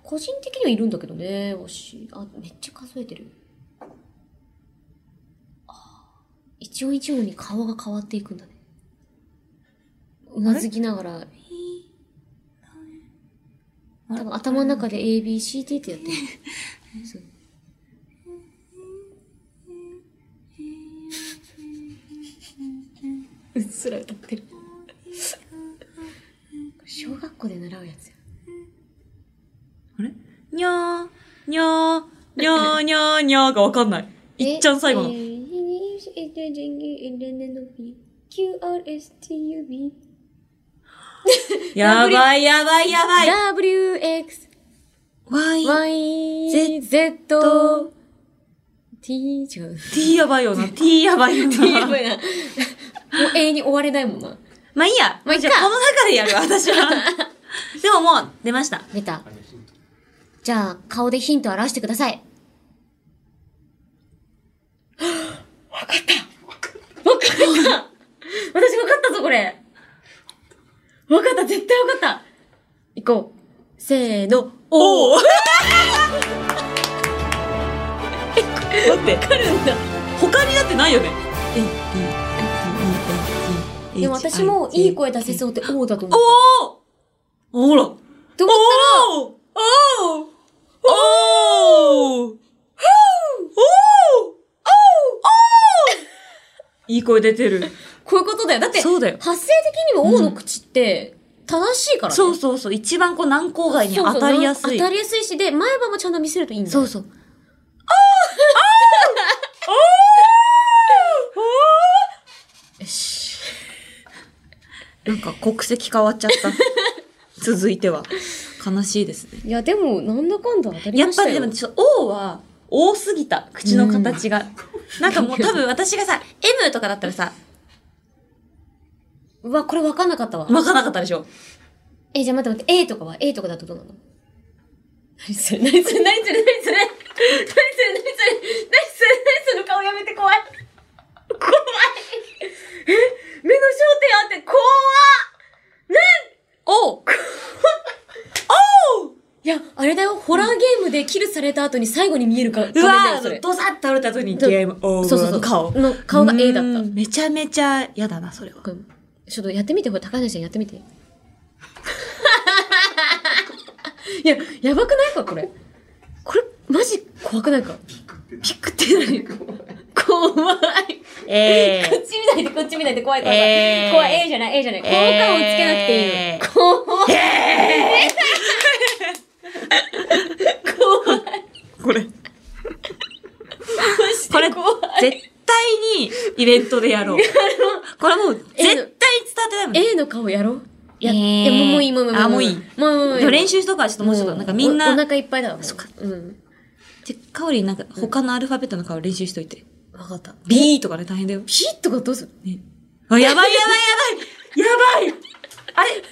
Speaker 2: 個人的にはいるんだけどね、推し。あ、めっちゃ数えてる。あ一音一音に顔が変わっていくんだね。うなずきながら、多分頭の中で ABCD ってやってる。 そううっすら歌ってる。小学校で習うやつや。
Speaker 1: あれにゃー、にゃー、にゃー、にゃー、にゃーがわかんない。いっちゃん最後の。
Speaker 2: QRSTUB。
Speaker 1: やばいやばいやばい。
Speaker 2: WXYZ。
Speaker 1: わい。
Speaker 2: T 違う。
Speaker 1: T やばいよな。T やばいよ
Speaker 2: T やば
Speaker 1: な。
Speaker 2: いな。もう永遠に終われないもんな。
Speaker 1: まあいいや。
Speaker 2: まあいっか
Speaker 1: じゃあこの中でやる、私は。でももう、出ました。
Speaker 2: 出た。じゃあ、顔でヒントを表してください。わかった。わかった。私わかったぞ、これ。わかった、絶対わかった。行こう。せーの、
Speaker 1: おお待っって
Speaker 2: 来るんだ。
Speaker 1: 他にだってないよね
Speaker 2: でも私もいい声出せそうって O だと思う。
Speaker 1: おおほらお
Speaker 2: と思ったら、
Speaker 1: おおおおいい声出てる。
Speaker 2: こういうことだよ。だって、
Speaker 1: そうだよ
Speaker 2: 発声的にも王の口って正しいからね。
Speaker 1: そうそうそう。一番こう難航外に
Speaker 2: そうそう
Speaker 1: 当たりやすい。
Speaker 2: 当たりやすいし、で、前歯もちゃんと見せるといいんだよ。
Speaker 1: そうそう。
Speaker 2: よし。
Speaker 1: なんか国籍変わっちゃった。続いては。悲しいですね。
Speaker 2: いや、でも、なんだかんだ当たり
Speaker 1: やっ
Speaker 2: ました
Speaker 1: ぱ
Speaker 2: よ。
Speaker 1: りでもちょっと、O は多すぎた。口の形が。なんかもう多分私がさ、M とかだったらさ、
Speaker 2: うわ、これ分かんなかったわ。
Speaker 1: わかんなかったでしょ。
Speaker 2: え、じゃあ待って待って、A とかは ?A とかだとどうなの何それ何それ何それ何それ何それ何それ何それ何それの顔やめて怖い怖いえ目の焦点あって怖っ
Speaker 1: おお
Speaker 2: いや、あれだよ、ホラーゲームでキルされた後に最後に見えるか、
Speaker 1: う
Speaker 2: 画
Speaker 1: わー
Speaker 2: 面だよそ
Speaker 1: あ
Speaker 2: れ
Speaker 1: の、ドサッと倒れた時にゲームオー
Speaker 2: そうそ
Speaker 1: バ
Speaker 2: う
Speaker 1: ーの顔。
Speaker 2: そう。の顔が A だった。
Speaker 1: うんめちゃめちゃ嫌だな、それは。
Speaker 2: これちょっとやってみて、ほら、高橋ちゃんやって みて。いや、やばくないか、これ。これ、マジ怖くないか。ピクってない。怖い。
Speaker 1: え
Speaker 2: こっち見ないで、こっち見ないで、怖い、怖い。
Speaker 1: えー
Speaker 2: 怖い、A じゃない、A じゃない。効果音つけなくていいの。
Speaker 1: えー
Speaker 2: 怖い。怖い。
Speaker 1: これ、
Speaker 2: マジ
Speaker 1: これ
Speaker 2: で怖い。
Speaker 1: 絶対にイベントでや ろう。これもう絶対に伝わってないもん。
Speaker 2: A の顔やろうや、
Speaker 1: えー
Speaker 2: いやもうもういい、もういい。
Speaker 1: あ
Speaker 2: も
Speaker 1: も
Speaker 2: う
Speaker 1: うい
Speaker 2: もうもうもう
Speaker 1: でも練習しとくからちょっともうちょっと、なんかみんな、
Speaker 2: おお
Speaker 1: で、
Speaker 2: 腹いっぱいだわ。そっか。うん。
Speaker 1: かおりなんか他のアルファベットの顔練習しといて。
Speaker 2: わかった。
Speaker 1: B とかね、大変だよ。
Speaker 2: ピッとかどうする
Speaker 1: ね、あ、やばいやばいやばいやばいあれ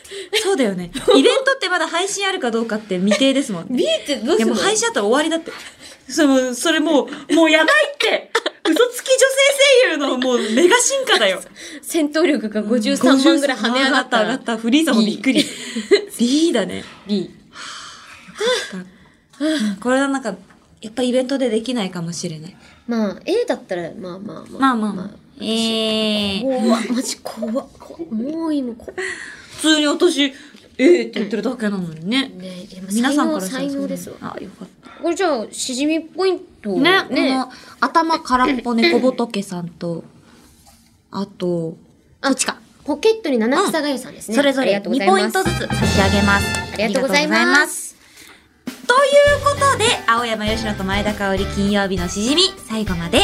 Speaker 1: そうだよね。イベントってまだ配信あるかどうかって未定ですもんね。
Speaker 2: ?B ってどう
Speaker 1: い
Speaker 2: す
Speaker 1: や
Speaker 2: る
Speaker 1: もう配信あったら終わりだって。 それもう、それもう、もうやばいって嘘つき女性声優のもうメガ進化だよ。
Speaker 2: 戦闘力が53万ぐらい跳ね上がった。
Speaker 1: 上がった。フリーザもびっくり。B だね。
Speaker 2: B。
Speaker 1: これはなんか、やっぱイベントでできないかもしれない。
Speaker 2: まあ、A だったら、まあまあまあ。
Speaker 1: まあまあまあ。えー。
Speaker 2: 怖っマジ怖っこもう今こ
Speaker 1: 普通に私、ええって言ってるだけなのにね。
Speaker 2: ねえ
Speaker 1: 皆さんからしたら
Speaker 2: 才
Speaker 1: そう
Speaker 2: 能
Speaker 1: なの
Speaker 2: ですわ
Speaker 1: あ、よかった。
Speaker 2: これじゃあしじみポイントを
Speaker 1: ね、
Speaker 2: ね
Speaker 1: この頭空っぽ猫仏さんと、あと、
Speaker 2: あっちかポケットに七草がゆさんですね、
Speaker 1: それぞれ
Speaker 2: ありがとうござ
Speaker 1: 2
Speaker 2: いま
Speaker 1: ポ
Speaker 2: す
Speaker 1: イントずつ差し上げます。
Speaker 2: ありがと
Speaker 1: ありがとう
Speaker 2: うござい
Speaker 1: ござい
Speaker 2: ま
Speaker 1: ます
Speaker 2: す
Speaker 1: ということで、青山よしのと前田香織金曜日のしじみ、最後まで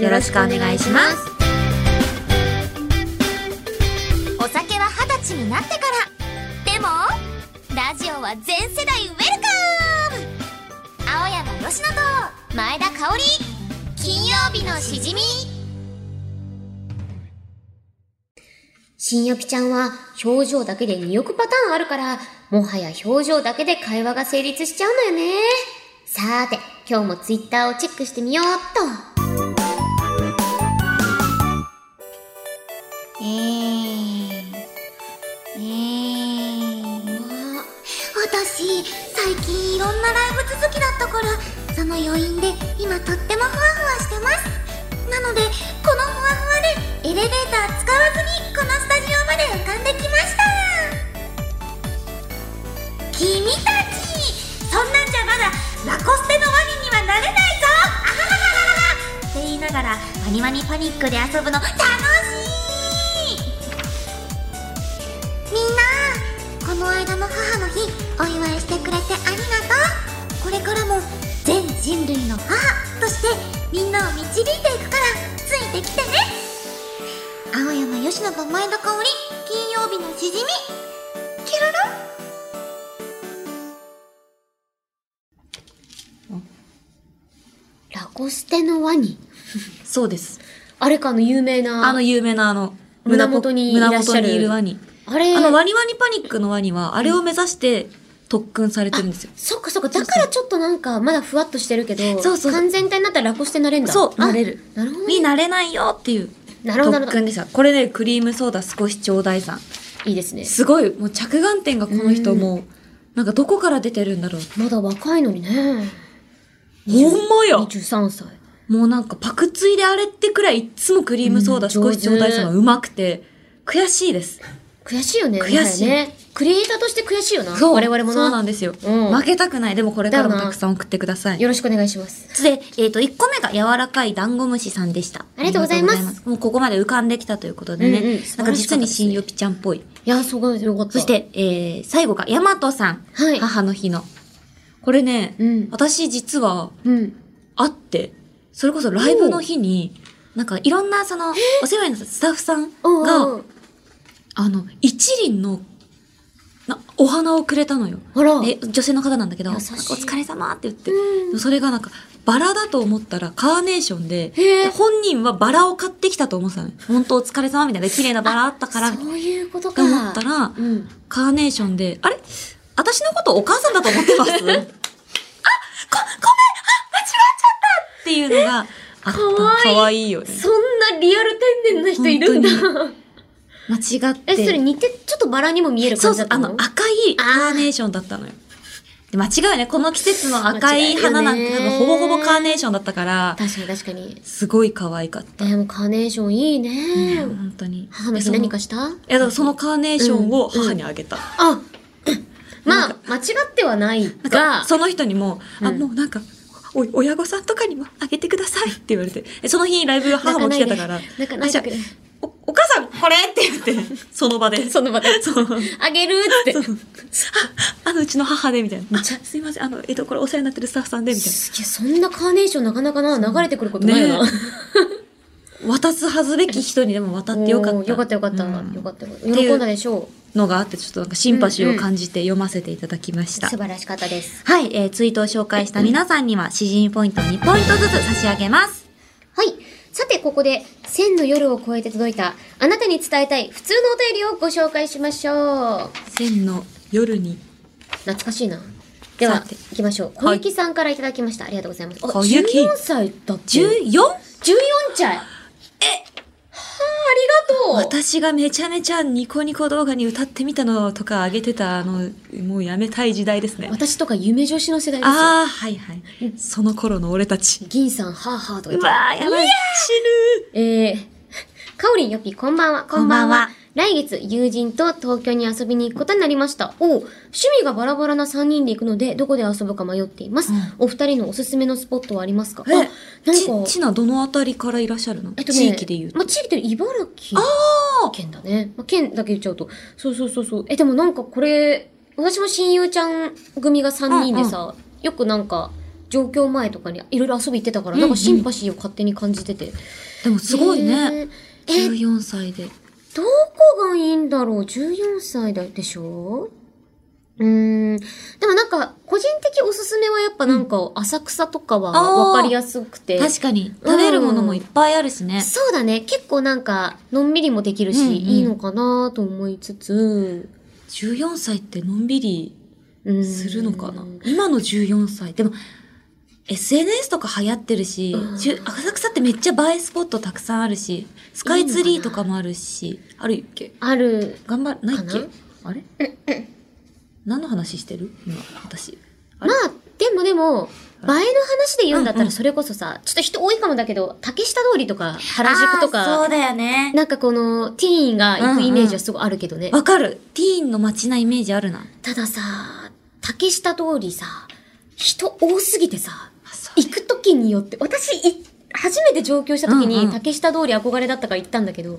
Speaker 1: よろしくお願いします。
Speaker 3: お酒は二十歳になってからでもラジオは全世代ウェルカム青山佳乃と前田香織金曜日のしじみ
Speaker 2: 新予ピちゃんは表情だけで2億パターンあるから、もはや表情だけで会話が成立しちゃうのよね。さーて、今日もツイッターをチェックしてみようっと。
Speaker 3: えー、えー、私最近いろんなライブ続きだったからその余韻で今とってもふわふわしてますなのでこのふわふわでエレベーター使わずにこのスタジオまで浮かんできました君たちそんなんじゃまだラコステのワニにはなれないぞあはははははって言いながらワニワニパニックで遊ぶの楽しいみんなこの間の母の日お祝いしてくれてありがとうこれからも全人類の母としてみんなを導いていくからついてきてね青山佳乃と前田香織金曜日のしじみキュルル
Speaker 2: ラコステのワニ。
Speaker 1: そうです。
Speaker 2: あれかあの有名な。
Speaker 1: あの有名なあの、
Speaker 2: 胸元にいらっし
Speaker 1: 胸元
Speaker 2: ゃる
Speaker 1: にいるワニ。
Speaker 2: あれ、
Speaker 1: あの、ワニワニパニックのワニは、あれを目指して特訓されてるんですよ。
Speaker 2: そっかそっか、だからちょっとなんかまだふわっとしてるけど、
Speaker 1: そうそう
Speaker 2: 完全体になったらラコステなれんだ。
Speaker 1: そう
Speaker 2: あ
Speaker 1: なれる
Speaker 2: なるほどね、
Speaker 1: になれないよっていう
Speaker 2: なるほど、な
Speaker 1: 特
Speaker 2: るほど
Speaker 1: 訓。でした。これね、クリームソーダ少しちょうだいさん。
Speaker 2: いいですね。
Speaker 1: すごい、もう着眼点がこの人
Speaker 2: うん
Speaker 1: もう、なんかどこから出てるんだろう。
Speaker 2: まだ若いのにね。
Speaker 1: ほんまや
Speaker 2: 23歳。
Speaker 1: もうなんかパクついであれってくらいいっつもクリームソーダ少し頂戴するのうまくて、悔しいです。
Speaker 2: 悔しいよね。
Speaker 1: 悔しい
Speaker 2: もはやね。クリエイターとして悔しいよな。
Speaker 1: そう。
Speaker 2: 我々も
Speaker 1: そうなん
Speaker 2: な。
Speaker 1: ですよ。
Speaker 2: うん
Speaker 1: 負けたくない。でもこれからも
Speaker 2: だよな
Speaker 1: たくさん送ってください。
Speaker 2: よろしくお願いします。
Speaker 1: で、えっ、と、1個目が柔らかいダンゴムシさんでした。
Speaker 2: ありがとうございます
Speaker 1: ありがとうござもうここまで浮かんできたということでね。
Speaker 2: うんうん
Speaker 1: なんか実に新よぴちゃんっぽい。
Speaker 2: いや、そうよかった。
Speaker 1: そし、て、えー、最後がヤマトさん。
Speaker 2: はい
Speaker 1: 母の日の。これね、
Speaker 2: うん
Speaker 1: 私実は、
Speaker 2: うん。
Speaker 1: あって、それこそライブの日に、なんかいろんなその、お世話になったスタッフさん
Speaker 2: おうお
Speaker 1: が、
Speaker 2: う
Speaker 1: あの、一輪の、な、お花をくれたのよ。
Speaker 2: あら。
Speaker 1: で、女性の方なんだけど、なん
Speaker 2: 優
Speaker 1: か
Speaker 2: しい
Speaker 1: お疲れ様って言って、
Speaker 2: う
Speaker 1: でもそれがなんか、バラだと思ったらカーネーションで、
Speaker 2: へえ
Speaker 1: で本人はバラを買ってきたと思ってたのよ。本当お疲れ様みたいな、綺麗なバラあったから、みたい
Speaker 2: そういうことか。
Speaker 1: な。思ったら、
Speaker 2: うん。
Speaker 1: カーネーションで、あれ私のことお母さんだと思ってます あ、こ、ごめんあ、間違っちゃったっていうのがあった。
Speaker 2: かわいい
Speaker 1: かわいいよね。
Speaker 2: そんなリアル天然な人いるんだ。
Speaker 1: 間違って。
Speaker 2: え、それ似て、ちょっとバラにも見える
Speaker 1: そ
Speaker 2: 感
Speaker 1: う
Speaker 2: じ
Speaker 1: そ
Speaker 2: だ
Speaker 1: う
Speaker 2: っ、た
Speaker 1: あ
Speaker 2: の
Speaker 1: の赤いカーネーションだったのよ。で間違いね。この季節の赤い花なんて多
Speaker 2: 間違いよ
Speaker 1: 分
Speaker 2: ね
Speaker 1: ほぼほぼカーネーションだったから、
Speaker 2: 確かに確かに。
Speaker 1: すごい可愛かった。
Speaker 2: でもカーネーションいいね。
Speaker 1: 本当に。
Speaker 2: 母の
Speaker 1: え
Speaker 2: 日
Speaker 1: そ
Speaker 2: 何かした
Speaker 1: いや、だからそのカーネーションを母にあげた。
Speaker 2: あまあ、間違ってはない
Speaker 1: が、
Speaker 2: が、
Speaker 1: その人にも、あ、
Speaker 2: うん
Speaker 1: もうなんか、お親御さんとかにもあげてくださいって言われて、えその日ライブ母も来てたから、
Speaker 2: 泣かないで泣かないで
Speaker 1: あじゃあおお母さんこれって言って、その場で。
Speaker 2: その場で
Speaker 1: そう。
Speaker 2: あげるって。
Speaker 1: そうあ、あのうちの母でみたいな。
Speaker 2: あ
Speaker 1: あすいません、あの、えっと、これお世話になってるスタッフさんでみたい
Speaker 2: すげえ、そんなカーネーションなかなかな、流れてくることないよな。
Speaker 1: ねな。渡すはずべき人にでも渡ってよか
Speaker 2: お
Speaker 1: っ
Speaker 2: ー
Speaker 1: た。
Speaker 2: よかったよかった。
Speaker 1: うん
Speaker 2: よかったよかった。
Speaker 1: いう
Speaker 2: 喜んだでしょ
Speaker 1: のがあって、ちょっとなんかシンパシーを感じて読ませていただきまし
Speaker 2: う。
Speaker 1: た。
Speaker 2: 素晴らしかったです。
Speaker 1: はい、えー、ツイートを紹介した皆さんには、詩人ポイントを2ポイントずつ差し上げます。
Speaker 2: はい。さて、ここで、千の夜を越えて届いた、あなたに伝えたい普通のお便りをご紹介しましょう。
Speaker 1: 千の夜に。
Speaker 2: 懐かしいな。では、
Speaker 1: さて
Speaker 2: 行きましょう。小
Speaker 1: はい
Speaker 2: 雪さんからいただきました。ありがとうございます。
Speaker 1: 小雪
Speaker 2: 14歳だって。14
Speaker 1: 14?
Speaker 2: 歳えはあ、ありがとう
Speaker 1: 私がめちゃめちゃニコニコ動画に歌ってみたのとか上げてた、あの、もうやめたい時代ですね。
Speaker 2: 私とか夢女子の世代ですよ。
Speaker 1: ああ、はいはい。その頃の俺たち。
Speaker 2: 銀さん、はあはあとか言
Speaker 1: う
Speaker 2: って
Speaker 1: わー、やばい。死ぬ。
Speaker 2: えー、かおりんよっぴ、こんばんは。
Speaker 1: こんばんは。
Speaker 2: 来月、友人と東京に遊びに行くことになりました。おう趣味がバラバラな3人で行くので、どこで遊ぶか迷っています。
Speaker 1: うん
Speaker 2: お二人のおすすめのスポットはありますかあ、
Speaker 1: え
Speaker 2: なんか、
Speaker 1: ち、ちな、どのあたりからいらっしゃるの、
Speaker 2: えっとね、
Speaker 1: 地域で言うと。
Speaker 2: まあ、地域で茨城
Speaker 1: あ
Speaker 2: 県だね。まあ、県だけ言っちゃうと。そうそうそうそう。え、でもなんかこれ、私も親友ちゃん組が3人でさ、よくなんか、上京前とかにいろいろ遊び行ってたから、なんかシンパシーを勝手に感じてて。
Speaker 1: ーでもすごいね。
Speaker 2: えー。え
Speaker 1: 14歳で。
Speaker 2: どこがいいんだろう ?14 歳だでしょうーん。でもなんか、個人的おすすめはやっぱなんか、浅草とかは
Speaker 1: あー
Speaker 2: わかりやすくて。
Speaker 1: 確かに、食べるものもいっぱいあるしね。
Speaker 2: そうだね。結構なんか、のんびりもできるし、
Speaker 1: うんうん
Speaker 2: いいのかなと思いつつ、
Speaker 1: 14歳ってのんびり
Speaker 2: うん
Speaker 1: するのかな、今の14歳でも SNS とか流行ってるし、
Speaker 2: うん
Speaker 1: じゅ浅草ってめっちゃ映えスポットたくさんあるしスカイツリーとかもあるしあるっけ
Speaker 2: ある。
Speaker 1: 頑張るないっ
Speaker 2: かな
Speaker 1: けあれ何の話してる今私あ
Speaker 2: ま
Speaker 1: れ
Speaker 2: あ、でもでも、映えの話で言うんだった
Speaker 1: うんう
Speaker 2: ら
Speaker 1: ん
Speaker 2: それこそさ、ちょっと人多いかもだけど、竹下通りとか、原宿と
Speaker 1: あーそう
Speaker 2: か、
Speaker 1: だよね
Speaker 2: なんかこの、ティーンが行くイメージはすごいあるけどね。
Speaker 1: わかるティーンの街なイメージあるな
Speaker 2: たださ、竹下通りさ、人多すぎてさ、
Speaker 1: そう
Speaker 2: 行く時によって、私い、初めて上京した時
Speaker 1: うんう
Speaker 2: に
Speaker 1: ん
Speaker 2: 竹下通り憧れだったから行ったんだけど、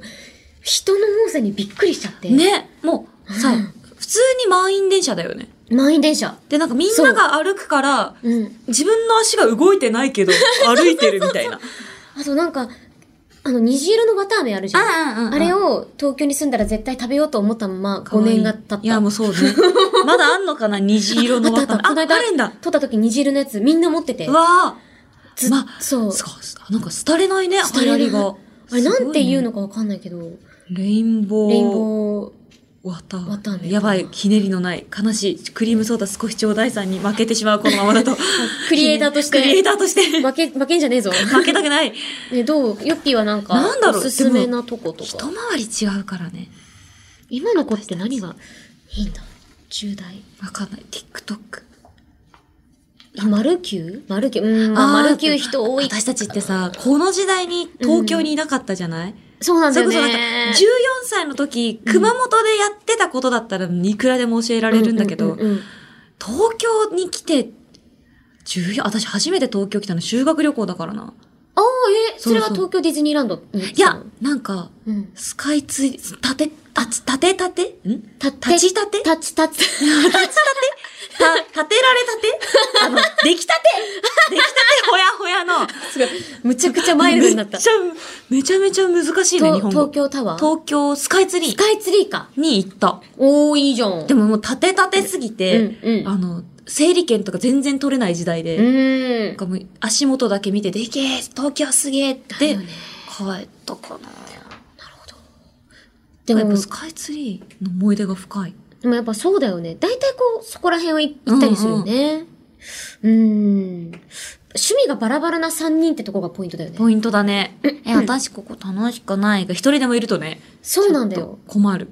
Speaker 2: 人の多さにびっくりしちゃって。。
Speaker 1: ねもうさ、
Speaker 2: うん
Speaker 1: 普通に満員電車だよね
Speaker 2: 満員電車。
Speaker 1: でなんかみん
Speaker 2: そ
Speaker 1: な
Speaker 2: う
Speaker 1: が歩くから
Speaker 2: うん。
Speaker 1: 自分の足が動いてない けど歩いてるみたいな
Speaker 2: あとなんか、あの、虹色のわたあめあるじゃ
Speaker 1: う
Speaker 2: ん。
Speaker 1: んうんうん
Speaker 2: あれを東京に住んだら絶対食べようと思ったまま
Speaker 1: 可
Speaker 2: 5
Speaker 1: 愛い
Speaker 2: 年が経った。
Speaker 1: いや、もうそうね。まだあんのかな虹色の
Speaker 2: あった
Speaker 1: 綿
Speaker 2: あった。この
Speaker 1: あ、
Speaker 2: 間
Speaker 1: あるんだ。
Speaker 2: 撮った時虹色のやつみんな持ってて。
Speaker 1: うわ
Speaker 2: ず
Speaker 1: まあ
Speaker 2: そう
Speaker 1: ぁ。。そう、なんか廃れないね、
Speaker 2: 廃れない
Speaker 1: 流行りが。
Speaker 2: あれなんて言うの
Speaker 1: す
Speaker 2: かわかんないけど、
Speaker 1: ごいねレインボー。
Speaker 2: レインボー、
Speaker 1: 綿。
Speaker 2: 綿ね
Speaker 1: やばい、ひねりのない。悲しい。クリームソーダ少しちょうだいさんに負けてしまう、このままだと。
Speaker 2: クリエイターとして
Speaker 1: クリエイターと して。
Speaker 2: 負け、負けんじゃねえぞ。
Speaker 1: 負けたくない。
Speaker 2: ね、どうヨッピーはなんか、
Speaker 1: なんだろう
Speaker 2: おすすめなとこと
Speaker 1: 一
Speaker 2: か。
Speaker 1: 回り違うからね。
Speaker 2: 今の子って何がいいんだ ?10 代。
Speaker 1: わかんない。TikTok。
Speaker 2: 丸九丸九うん、まあ、
Speaker 1: あー
Speaker 2: 丸九人多い。
Speaker 1: 私たちってさ、この時代に東京にいなかったじゃない、
Speaker 2: そうなん
Speaker 1: そ
Speaker 2: だ
Speaker 1: れ
Speaker 2: よ
Speaker 1: こそ
Speaker 2: ね。
Speaker 1: なんか、14歳の時、熊本でやってたことだったらいくらでも教えられるんだけど、
Speaker 2: うううんうん
Speaker 1: 東京に来て、14、私初めて東京来たの修学旅行だからな。
Speaker 2: ああ、え
Speaker 1: そうそう
Speaker 2: それは東京ディズニーランドに行っ
Speaker 1: い
Speaker 2: てた
Speaker 1: や
Speaker 2: の。、
Speaker 1: なんか、
Speaker 2: うん。
Speaker 1: スカイツリー、たて、たつ、たてたてん
Speaker 2: た
Speaker 1: 立ちたて
Speaker 2: 立ちたて。
Speaker 1: た、立てられたてあ の、出来たて出来たてほやほやの。
Speaker 2: むちゃくちゃマイルドになった。
Speaker 1: めちゃ、めちゃめちゃ難しいね、
Speaker 2: と
Speaker 1: 日本語。
Speaker 2: 東京タワー
Speaker 1: 東京スカイツリ
Speaker 2: スカイツリーか。
Speaker 1: ーに行った。
Speaker 2: おー、いいじゃん。
Speaker 1: でももう立て立てすぎて、
Speaker 2: うんうん
Speaker 1: あの、整理券とか全然取れない時代で、
Speaker 2: う
Speaker 1: なん
Speaker 2: ーん
Speaker 1: ん。かもう足元だけ見て、でけえ東京すげえって、帰
Speaker 2: よね
Speaker 1: ったかな。
Speaker 2: で
Speaker 1: やっ
Speaker 2: も
Speaker 1: ぱ、スカイツリーの思い出が深い。
Speaker 2: でもやっぱそうだよね。大体こう、そこら辺を行ったりするよね。うーん。趣味がバラバラな3人ってとこがポイントだよね。
Speaker 1: ポイントだね。え、私ここ楽しくないが、一人でもいるとね、
Speaker 2: そうなんだよ。
Speaker 1: 困る。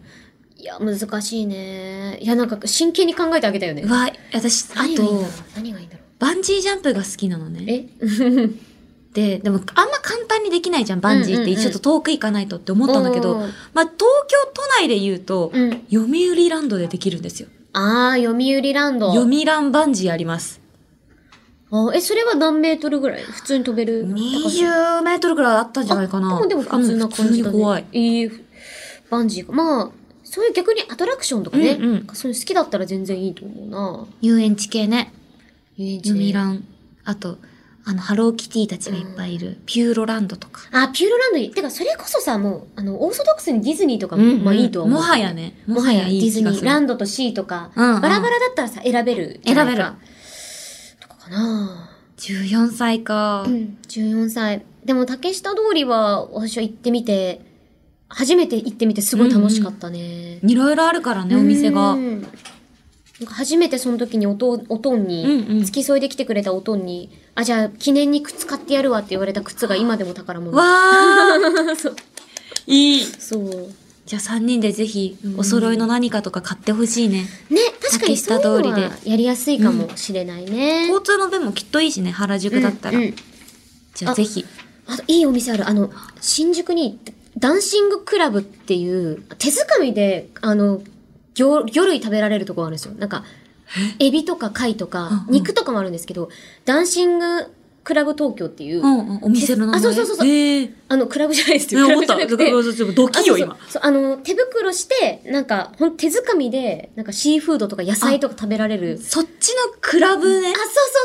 Speaker 2: いや、難しいね。いや、なんか真剣に考えてあげたよね
Speaker 1: う。わ、私、あ
Speaker 2: 何がいいん
Speaker 1: と
Speaker 2: だろう、何がいいんだろう。
Speaker 1: バンジージャンプが好きなのね。
Speaker 2: え
Speaker 1: で、でもあんま簡単にできないじゃん、バンジーっ
Speaker 2: うんうん
Speaker 1: て。
Speaker 2: うん
Speaker 1: ちょっと遠く行かないとって思ったんだけど、
Speaker 2: おー
Speaker 1: まあ、東京都内で言うと、
Speaker 2: うん。
Speaker 1: 読売ランドでできるんですよ。
Speaker 2: あー、読売ランド。
Speaker 1: 読売ランバンジーあります。
Speaker 2: あえ、それは何メートルぐらい普通に飛べる高さ
Speaker 1: 20メートルくらいあったんじゃないかな。
Speaker 2: あでもでも普通な感じだ、
Speaker 1: あもう普通
Speaker 2: ね。
Speaker 1: に怖い。
Speaker 2: いいバンジーか。まあ、そういう逆にアトラクションとかね。
Speaker 1: うんうん
Speaker 2: そういう好きだったら全然いいと思うな。
Speaker 1: 遊園地系ね。
Speaker 2: 遊園地
Speaker 1: 読
Speaker 2: ね
Speaker 1: 売ラン。あと、あの、ハローキティたちがいっぱいいる。ピューロランドとか。
Speaker 2: あ、ピューロランドいい。てか、それこそさ、もう、あの、オーソドックスにディズニーとかも、
Speaker 1: うんうん
Speaker 2: まあいいとは思う。
Speaker 1: もはや。ね。
Speaker 2: もはや、デ
Speaker 1: いい
Speaker 2: ィ
Speaker 1: 気
Speaker 2: ズニ
Speaker 1: がす
Speaker 2: ー、
Speaker 1: る
Speaker 2: ランドとシーとか、
Speaker 1: うんうん
Speaker 2: バラバラだったらさ、選べるじ
Speaker 1: 選
Speaker 2: ゃな
Speaker 1: べ
Speaker 2: い
Speaker 1: る
Speaker 2: か。とかかな
Speaker 1: 14歳か。
Speaker 2: うん、14歳。でも、竹下通りは、私は行ってみて、初めて行ってみてすごい楽しかったね。
Speaker 1: いろいろあるからね、お店が。
Speaker 2: うんなんか初めてその時におとん、おとんに、
Speaker 1: うんうん
Speaker 2: 付き添いで来てくれたおとんに、あ、じゃあ、記念に靴買ってやるわって言われた靴が今でも宝物。
Speaker 1: わー
Speaker 2: そう
Speaker 1: いい。
Speaker 2: そう。
Speaker 1: じゃあ3人でぜひ、お揃いの何かとか買ってほしいね。
Speaker 2: ね、確かにそういうの
Speaker 1: 竹下
Speaker 2: は
Speaker 1: 通
Speaker 2: やりやすいかもしれないね。
Speaker 1: 交通の便もきっといいしね、原宿だったら。
Speaker 2: うんうん
Speaker 1: じゃあぜひ。
Speaker 2: あと、いいお店ある。あの、新宿に、ダンシングクラブっていう、手づかみで、あの、魚魚類食べられるとこがあるんですよ。なんか、エビとか貝と
Speaker 1: うん
Speaker 2: か、
Speaker 1: うん
Speaker 2: 肉とかもあるんですけど、ダンシングクラブ東京っていう、
Speaker 1: うんうん、お店の名前。
Speaker 2: あそうそうそうそう
Speaker 1: えー
Speaker 2: あの、クラブじゃないです
Speaker 1: ね
Speaker 2: よ。ク
Speaker 1: 思った。
Speaker 2: ラブじゃなく
Speaker 1: だ
Speaker 2: て
Speaker 1: からちょっとド
Speaker 2: あ
Speaker 1: キ
Speaker 2: そう
Speaker 1: よ、
Speaker 2: そう
Speaker 1: 今。
Speaker 2: そうあの、手袋して、なんか、ほん手づかみで、なんかシーフードとか野菜とか食べられる。
Speaker 1: そっちのクラブね
Speaker 2: あ、。そうそうそう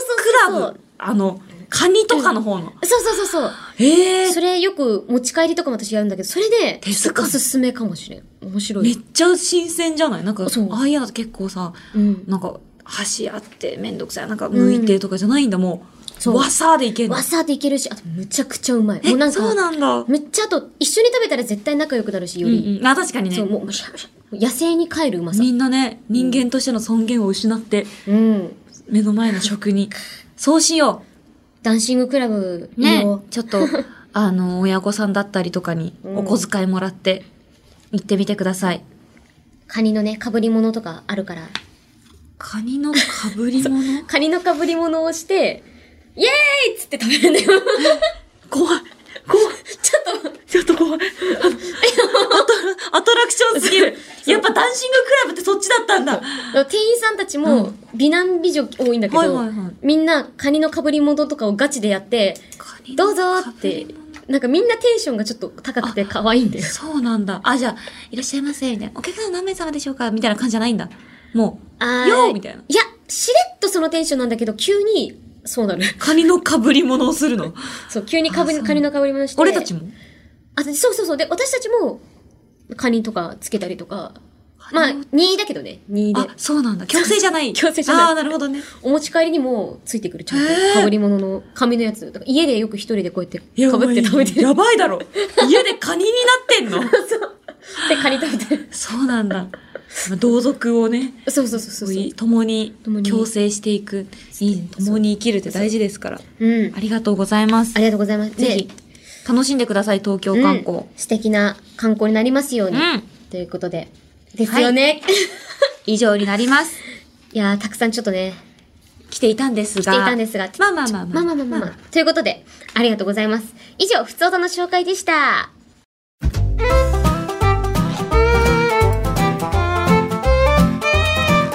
Speaker 2: そう。
Speaker 1: クラブ。あの、カニとかの方の。
Speaker 2: そうそうそうそう。
Speaker 1: ええ
Speaker 2: それよく持ち帰りとかも私やるんだけど、それで、
Speaker 1: 手作り
Speaker 2: おすすめかもしれん。面白
Speaker 1: めっ
Speaker 2: い。
Speaker 1: ちゃ新鮮じゃないなんか
Speaker 2: そう、
Speaker 1: ああいうのって結構さ、
Speaker 2: うん。
Speaker 1: なんか、箸あってめんどくさい。なんか、剥いてとかじゃないんだ、もう。
Speaker 2: そう
Speaker 1: わさでいけんの
Speaker 2: わ。さっていけるし、あとむちゃくちゃうまい。
Speaker 1: え
Speaker 2: もうなん、か、
Speaker 1: そうなんだ。
Speaker 2: むっちゃあと、一緒に食べたら絶対仲良くなるし、より。
Speaker 1: うんうん、あ確かに
Speaker 2: そう、
Speaker 1: ね
Speaker 2: もう、むしゃむしゃ。野生に帰るうまさ。
Speaker 1: みんなね人間としての尊厳を失って
Speaker 2: うん。
Speaker 1: 目の前の食にそうしよ
Speaker 2: ダンシングクラブ、
Speaker 1: う
Speaker 2: いい
Speaker 1: ね
Speaker 2: よ
Speaker 1: ちょっ とあの親御さんだったりとかに
Speaker 2: うん
Speaker 1: お小遣いもらって行ってみてください、
Speaker 2: カニのね、被り物とかあるから。
Speaker 1: カニのかぶり物
Speaker 2: カニの被り物をして、イエーイっつって食べるんだよ。
Speaker 1: 怖い怖い
Speaker 2: ちょっと、
Speaker 1: ちょっと怖いあのアトラアトラクションすぎるやっぱダンシングクラブってそっちだったんだ
Speaker 2: 店員さんたちも美男美女多いんだけど、
Speaker 1: はいはいはい
Speaker 2: みんなカニの被り物とかをガチでやって、
Speaker 1: カニ
Speaker 2: どう
Speaker 1: の
Speaker 2: ぞ
Speaker 1: か
Speaker 2: っ
Speaker 1: ぶり
Speaker 2: て
Speaker 1: 物、
Speaker 2: なんかみんなテンションがちょっと高くて可愛いんだよ。
Speaker 1: そうなんだあじゃあいらっしゃいませみたいなお客様何名様でしょうかみたいな感じじゃないんだもう
Speaker 2: あ
Speaker 1: よーみたいない
Speaker 2: や、しれっとそのテンションなんだけど、急に、そうなる。
Speaker 1: カニのかぶり物をするの。
Speaker 2: そう、急にかぶ
Speaker 1: あそう
Speaker 2: カニの被り物して。
Speaker 1: 俺たちも
Speaker 2: あ、そうそうそう。で、私たちも、カニとかつけたりとか。まあ、2だけどね。2
Speaker 1: あ
Speaker 2: で。、
Speaker 1: そうなんだ。強制じゃない。
Speaker 2: 強制じゃない
Speaker 1: ああ、なるほどね。
Speaker 2: お持ち帰りにもついてくる、ちゃんと。
Speaker 1: えー
Speaker 2: 被り物の、紙のやつ。だから家でよく一人でこうやって、かぶって食べてる。
Speaker 1: やばいだろ。家でカニになってんの
Speaker 2: で、カニ食べてる。
Speaker 1: そうなんだ。同族をね、
Speaker 2: そうそうそうそうそう。
Speaker 1: 共に
Speaker 2: 共に
Speaker 1: 共生していく。いいね共に生きるって大事ですから。
Speaker 2: うん。
Speaker 1: ありがとうございます
Speaker 2: あ。りがとうございます。
Speaker 1: ぜひ、楽しんでください、東京観光
Speaker 2: うん。素敵な観光になりますよう
Speaker 1: う
Speaker 2: に。
Speaker 1: ん。
Speaker 2: ということで。ですよね。い、
Speaker 1: 以上になります。
Speaker 2: やー、たくさんちょっとね、
Speaker 1: 来ていたんですが。
Speaker 2: していたんですが
Speaker 1: まあまあまあま
Speaker 2: ま
Speaker 1: あ。
Speaker 2: あまあまあまあまあ。ということで、ありがとうございます。以上、ふつおたの紹介でした。
Speaker 3: 青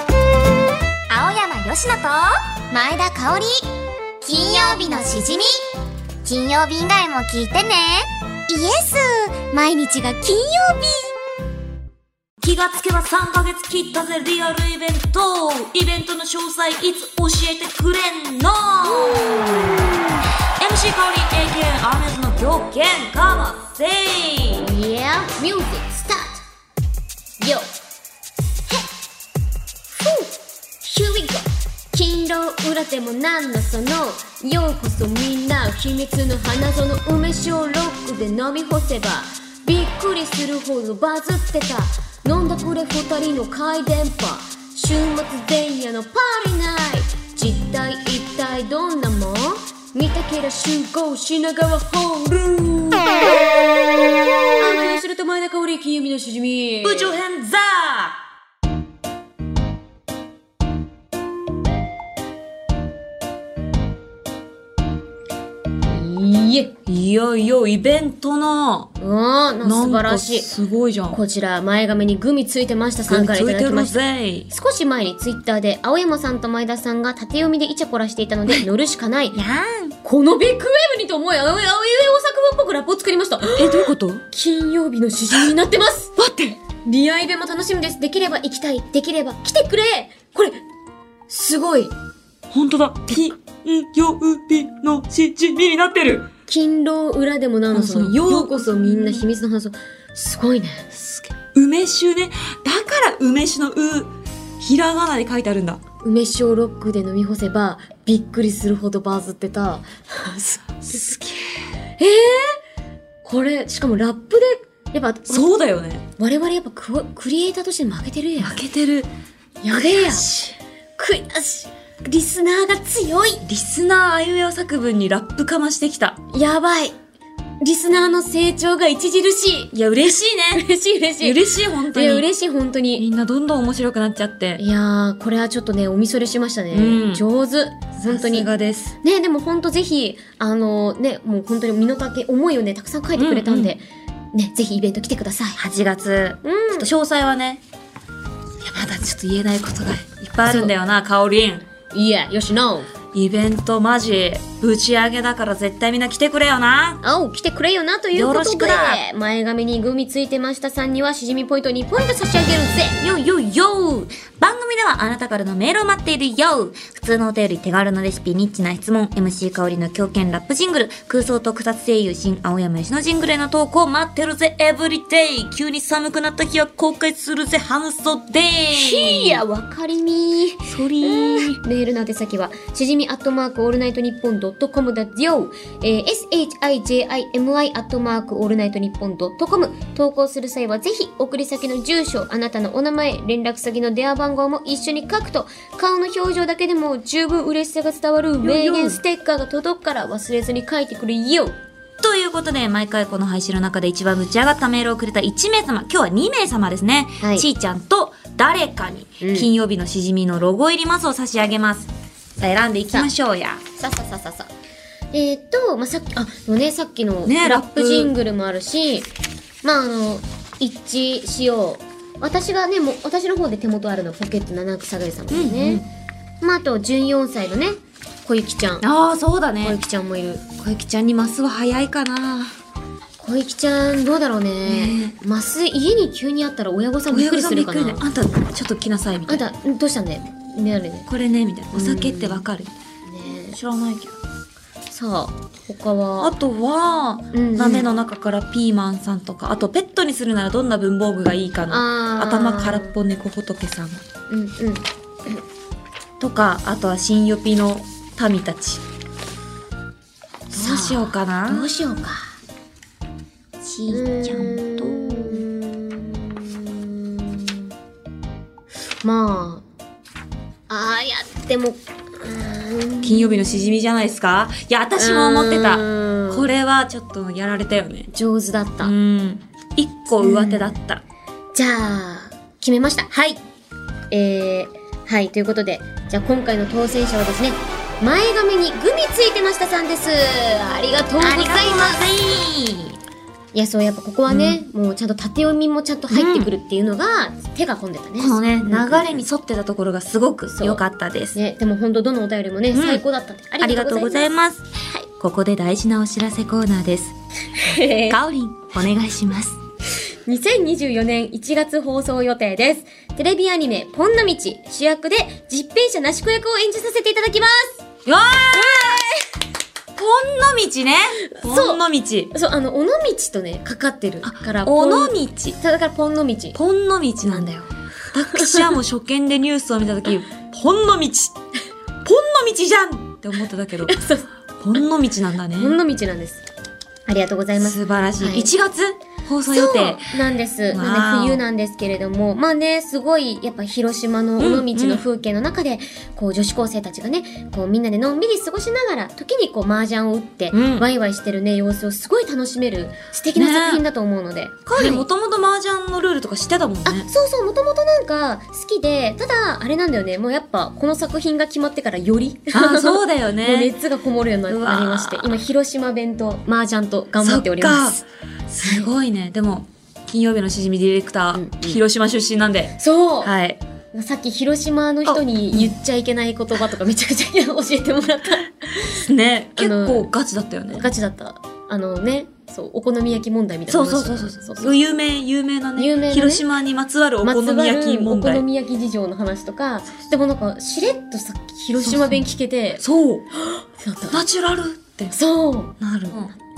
Speaker 3: 山よしと前田香織金曜日のしじみ金曜日以外も聞いてねイエス毎日が金曜
Speaker 4: 気がつけば3ヶ月切ったぜリアルイベントイベントの詳細いつ教えてくれんの MC 香り AKA アメズの狂犬かませ
Speaker 2: Yeah, music, start! Yo! Hey! Whew! Here we go! 勤労裏でもなんだそのようこそみんな秘密の花園梅酒をロックで飲み干せばびっくりするほどバズってた飲んだこれ二人の回電波週末前夜のパーリーナイト実体一体どんなもん見たけら集合品川ホールあの吉野と前田香織金曜日のしじみ
Speaker 4: 部長編ザ
Speaker 2: いえ
Speaker 4: ーいよいよイベントの
Speaker 2: うん素晴らしい
Speaker 4: すごいじゃん
Speaker 2: こちら前髪にグミついてましたさんからいただきました
Speaker 4: ぜ
Speaker 2: 少し前にツイッターで青山さんと前田さんが縦読みでイチャコラしていたので乗るしかない
Speaker 3: 日やん
Speaker 2: このビッグウェーブにと思い青い青い大作文っぽくラップを作りました
Speaker 4: えどういうこと
Speaker 2: 金曜日の詩人になってます待ってリアイベも楽しみですできれば行きたいできれば来てくれこれすごい
Speaker 4: 本当だ金曜日のしじみになってる
Speaker 2: 勤労裏でもなの
Speaker 4: あ
Speaker 2: そ
Speaker 4: そう
Speaker 2: のようこそみんな秘密の話をすごいね
Speaker 4: 梅酒ねだから梅酒の「う」ひらがなで書いてあるんだ
Speaker 2: 梅酒をロックで飲み干せばびっくりするほどバズってた
Speaker 4: すげえ
Speaker 2: これしかもラップでやっぱ
Speaker 4: そうだよね
Speaker 2: 我々やっぱクワクリエイターとして負けてるやん
Speaker 4: 負けてる
Speaker 2: やべえやん悔しいリスナーが強い
Speaker 4: リスナーあゆえお作文にラップかましてきた
Speaker 2: やばいリスナーの成長が著しい
Speaker 4: いや嬉しいね
Speaker 2: 嬉しい嬉しい
Speaker 4: 嬉しい本当
Speaker 2: いや
Speaker 4: に
Speaker 2: 嬉しい本当に
Speaker 4: みんなどんどん面白くなっちゃって
Speaker 2: いやーこれはちょっとねお見それしましたね、
Speaker 4: うん
Speaker 2: 上手本当に
Speaker 4: さすがです
Speaker 2: ねでも本当ぜひあのねもう本当に身の丈思いをねたくさん書いてくれたんで、ねぜひイベント来てください
Speaker 1: 8月、
Speaker 2: うん
Speaker 1: ちょっと詳細はね、いや、まだちょっと言えないことがいっぱいあるんだよな、かおりん。
Speaker 2: いやよしの
Speaker 1: イベントマジ、ぶち上げだから絶対みんな来てくれよな。
Speaker 2: 青来てくれよなという
Speaker 1: よ
Speaker 2: こ
Speaker 1: ろ
Speaker 2: と
Speaker 1: し
Speaker 2: で
Speaker 1: くだ
Speaker 2: 前髪にグミついてましたさんにはしじみポイント2ポイント差し上げるぜ
Speaker 1: よいよいよ番組ではあなたからのメールを待っているよ普通のお便り手軽なレシピ、ニッチな質問、MC 香りの狂犬ラップジングル、空想特撮声優新青山吉野ジングルへの投稿待ってるぜ、エブリデイ急に寒くなった日は公開するぜ、半袖
Speaker 2: いやわかりみ
Speaker 1: そりー。
Speaker 2: メールの宛先は、しじみアットマークオールナイトニッポンドットコムだよ。えー、shijimi アットマークオールナイトニッポンドットコム。投稿する際は、ぜひ、送り先の住所、あなたのお名前、連絡先の電話番号も一緒に書くと、顔の表情だけでも十分嬉しさが伝わる名言ステッカーが届くから忘れずに書いてくれよ。
Speaker 1: ということで、毎回この配信の中で一番ぶち上がったメールをくれた1名様、今日は2名様ですね。
Speaker 2: はい
Speaker 1: ちーちゃんと誰かに、
Speaker 2: うん
Speaker 1: 金曜日のしじみのロゴ入りマスを差し上げます。さあ、選んでいきましょうや。
Speaker 2: さささささ。えーっと、まあ、さっき、あ、でもね、さっきの
Speaker 1: ね
Speaker 2: ラッ
Speaker 1: ラッ
Speaker 2: プ
Speaker 1: プ
Speaker 2: ジングルもあるし、まあ、あの、一致しよう。私がね、もう、私の方で手元あるのはポケット七草がりさんもね。まあ、あと、14歳のね、小雪ちゃん。
Speaker 1: ああ、そうだ
Speaker 2: 小
Speaker 1: ね。
Speaker 2: 雪ちゃんもいる。
Speaker 1: 小雪ちゃんにマスは早いかな。
Speaker 2: 小雪ちゃん、どうだろうね。マス、家に急にあったら親御さんびっくりするかな。
Speaker 1: 親御さんびっくりねあんた、ちょっと来なさい、みた
Speaker 2: あ
Speaker 1: い
Speaker 2: ん
Speaker 1: な。
Speaker 2: た、んどうしたんだよ。ねあれね。
Speaker 1: これね、みたいな。お酒ってわかる
Speaker 2: ね
Speaker 1: 知らないけど。
Speaker 2: さあ、他
Speaker 1: あ
Speaker 2: は、
Speaker 1: とは、
Speaker 2: うんうん
Speaker 1: 鍋の中からピーマンさんとか、あとペットにするならどんな文房具がいいかの、
Speaker 2: あー
Speaker 1: 頭空っぽ猫仏さん。
Speaker 2: うんうん。
Speaker 1: とかあとは新予備の民たちどうしようか
Speaker 2: ど
Speaker 1: な
Speaker 2: うしようか。
Speaker 1: ちーちゃんと
Speaker 2: うーんまあああやってもうーん
Speaker 1: 金曜日のしじみじゃないですかいや私も思ってた
Speaker 2: うーん
Speaker 1: これはちょっとやられたよね
Speaker 2: 上手だった、
Speaker 1: うん一個上手だった
Speaker 2: じゃあ決めましたはいえーはい、ということで、じゃあ今回の当選者はですね、前髪にグミついてましたさんです。ありがとうございます。いや、そう、やっぱここはね、もうちゃんと縦読みもちゃんと入ってくるっていうのが、手が込んでたね。
Speaker 1: このね、
Speaker 2: うん
Speaker 1: 流れに沿ってたところがすごく
Speaker 2: そう
Speaker 1: 良かったです。
Speaker 2: ね、でも本当どのお便りもね、
Speaker 1: うん
Speaker 2: 最高だったんで、
Speaker 1: ありがとうござい
Speaker 2: ま
Speaker 1: ます。ここで大事なお知らせコーナーです。
Speaker 2: す。
Speaker 1: かおりん、お願いします。
Speaker 2: 2024年1月放送予定です。テレビアニメ、ポンの道、主役で、実編者なし子役を演じさせていただきます。
Speaker 1: わーいほんの道ね。
Speaker 2: そう
Speaker 1: ほんの道。
Speaker 2: そう、あの、尾道とね、かかってるから、
Speaker 1: 尾
Speaker 2: ポン
Speaker 1: 道。
Speaker 2: だから、ポンの道。
Speaker 1: ほんの道なんだよ。私はもう初見でニュースを見たとき、ほんの道。ほんの道じゃんって思ってたけ ど、
Speaker 2: そう
Speaker 1: ほんの道なんだね。
Speaker 2: ポンの道なんです。ありがとうございます。
Speaker 1: 素晴らしい。
Speaker 2: はい
Speaker 1: 1月放送予定。
Speaker 2: そうなんです。
Speaker 1: わーお
Speaker 2: なんで冬なんですけれども、まあね、すごい、やっぱ広島の尾道の風景の中で、こう女子高生たちがね、こうみんなでのんびり過ごしながら、時にこう麻雀を打って、
Speaker 1: うん
Speaker 2: ワイワイしてるね、様子をすごい楽しめる素敵な作品だと思うので。
Speaker 1: カーリー
Speaker 2: は
Speaker 1: も
Speaker 2: い
Speaker 1: ともと麻雀のルールとか知ってたもんね。
Speaker 2: あ、そうそう、もともとなんか好きで、ただ、あれなんだよね、もうやっぱこの作品が決まってからより、
Speaker 1: あそうだよ
Speaker 2: もう
Speaker 1: ね。
Speaker 2: 熱がこもるように
Speaker 1: う
Speaker 2: な
Speaker 1: わー
Speaker 2: りまして、今広島弁と麻雀と頑張っております。
Speaker 1: そっか。すごいね。でも、金曜日のしじみディレクター、
Speaker 2: うんうん
Speaker 1: 広島出身なんで。
Speaker 2: そう、
Speaker 1: はい。
Speaker 2: さっき広島の人に言っちゃいけない言葉とかめちゃくちゃ教えてもらった。
Speaker 1: ね、
Speaker 2: あ
Speaker 1: 結
Speaker 2: の
Speaker 1: 構ガチだったよね。
Speaker 2: ガチだった。あのね、そう、お好み焼き問題みたい
Speaker 1: そ
Speaker 2: な
Speaker 1: う
Speaker 2: 話。
Speaker 1: そうそうそうそう。有名、有名なね
Speaker 2: 有名なね
Speaker 1: 広島にまつわるお
Speaker 2: ま
Speaker 1: 好
Speaker 2: つわる
Speaker 1: み焼き問
Speaker 2: お好
Speaker 1: 題。
Speaker 2: み焼き事情の話とか、でもなんか、しれっとさっき広島弁聞けて、
Speaker 1: そう。
Speaker 2: そうだった
Speaker 1: ナチュラルって
Speaker 2: そう
Speaker 1: なる。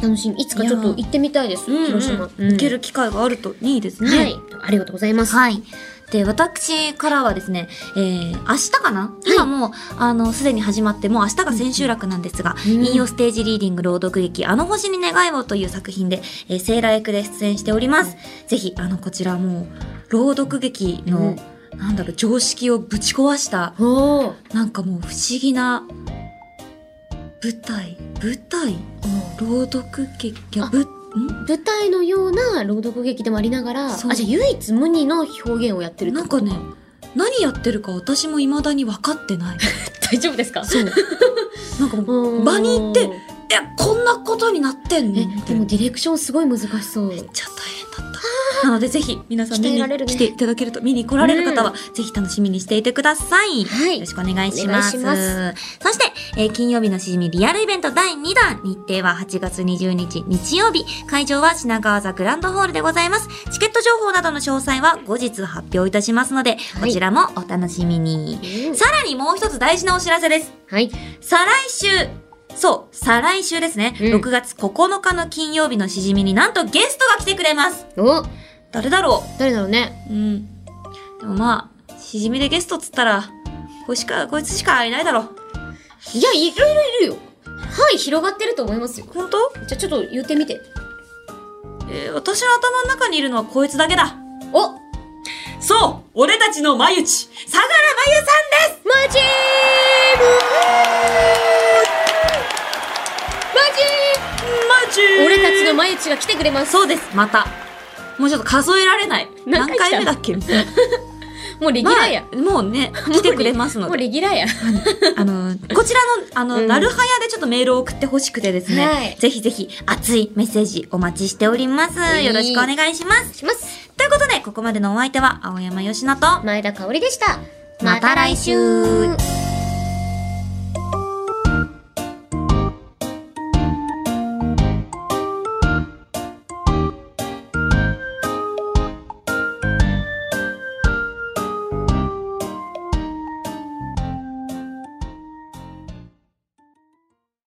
Speaker 2: 楽しみ。いつかちょっと行ってみたいです、
Speaker 1: うん
Speaker 2: 広島。
Speaker 1: うん行ける機会があるといいですね。
Speaker 2: はい。ありがとうございます。
Speaker 1: はい。で、私からはですね、えー、明日かな、今もう、あの、すでに始まって、もう明日が千秋楽なんですが、
Speaker 2: うん
Speaker 1: 引用ステージリーディング朗読劇、あの星に願いをという作品で、えー、セーラー役で出演しております。ぜひ、あの、こちらもう、朗読劇の、なんだろう、常識をぶち壊した、
Speaker 2: おー
Speaker 1: なんかもう不思議な、舞台、舞台、朗読劇、いや
Speaker 2: あ
Speaker 1: ぶん
Speaker 2: 舞台のような朗読劇でもありながら、あ、じ
Speaker 1: そ
Speaker 2: ゃ
Speaker 1: う
Speaker 2: あ唯一無二の表現をやってるって
Speaker 1: なん
Speaker 2: こと
Speaker 1: かね、何やってるか私も未だに分かってない。
Speaker 2: 大丈夫ですか
Speaker 1: そう。なんかもう、
Speaker 2: うん
Speaker 1: 場に行ってえ、こんなことになってんの
Speaker 2: え
Speaker 1: みた
Speaker 2: で
Speaker 1: いな
Speaker 2: も
Speaker 1: めっ
Speaker 2: ディレクションすごい難しそう
Speaker 1: ちゃ大変だった。なのでぜひ、皆さん見
Speaker 2: 鍛え
Speaker 1: に
Speaker 2: られるね
Speaker 1: 来ていただけると、見に来られる方は、ぜひ楽しみにしていてください。
Speaker 2: はい
Speaker 1: よろしくお願いします。
Speaker 2: お願いし
Speaker 1: そして、えー金曜日のしじみリアルイベント第2弾、日程は8月20日日曜日、会場は品川座グランドホールでございます。チケット情報などの詳細は後日発表いたしますので、
Speaker 2: は
Speaker 1: こ
Speaker 2: い
Speaker 1: ちらもお楽しみに。さらにもう一つ大事なお知らせです。
Speaker 2: はい
Speaker 1: 再来週そう、再来週ですね、
Speaker 2: うん
Speaker 1: 6月9日の金曜日のしじみになんとゲストが来てくれます
Speaker 2: お
Speaker 1: 誰だろ
Speaker 2: 誰だろうね
Speaker 1: ううん。でもまあ、しじみでゲストっつったら、こいしか、こいつしかいないだろ。
Speaker 2: いやいろいろいるよはい広がってると思いますよ
Speaker 1: 本当
Speaker 2: じゃあちょっと言ってみて
Speaker 1: えー私の頭の中にいるのはこいつだけだ。
Speaker 2: おマ
Speaker 1: そう俺たちのまゆち、相良まゆさんです
Speaker 2: ジーマ
Speaker 1: まち
Speaker 2: ジー俺たちのマユチが来てくれます
Speaker 1: そうです、また。もうちょっと数えられない。
Speaker 2: 何
Speaker 1: 何
Speaker 2: 回来た
Speaker 1: 回目だっけみたいな。
Speaker 2: もうレギュラーや、
Speaker 1: まあもうね、来てくれますの
Speaker 2: もう
Speaker 1: で。
Speaker 2: レギュラーや
Speaker 1: あの、こちらの、あの、
Speaker 2: うん
Speaker 1: なるはやでちょっとメールを送ってほしくてですね、
Speaker 2: はい
Speaker 1: ぜひぜひ熱いメッセージお待ちしております。
Speaker 2: い
Speaker 1: よろしくお願いします。
Speaker 2: します
Speaker 1: ということで、ここまでのお相手は、青山よしなと、
Speaker 2: 前田香織でした
Speaker 1: また来週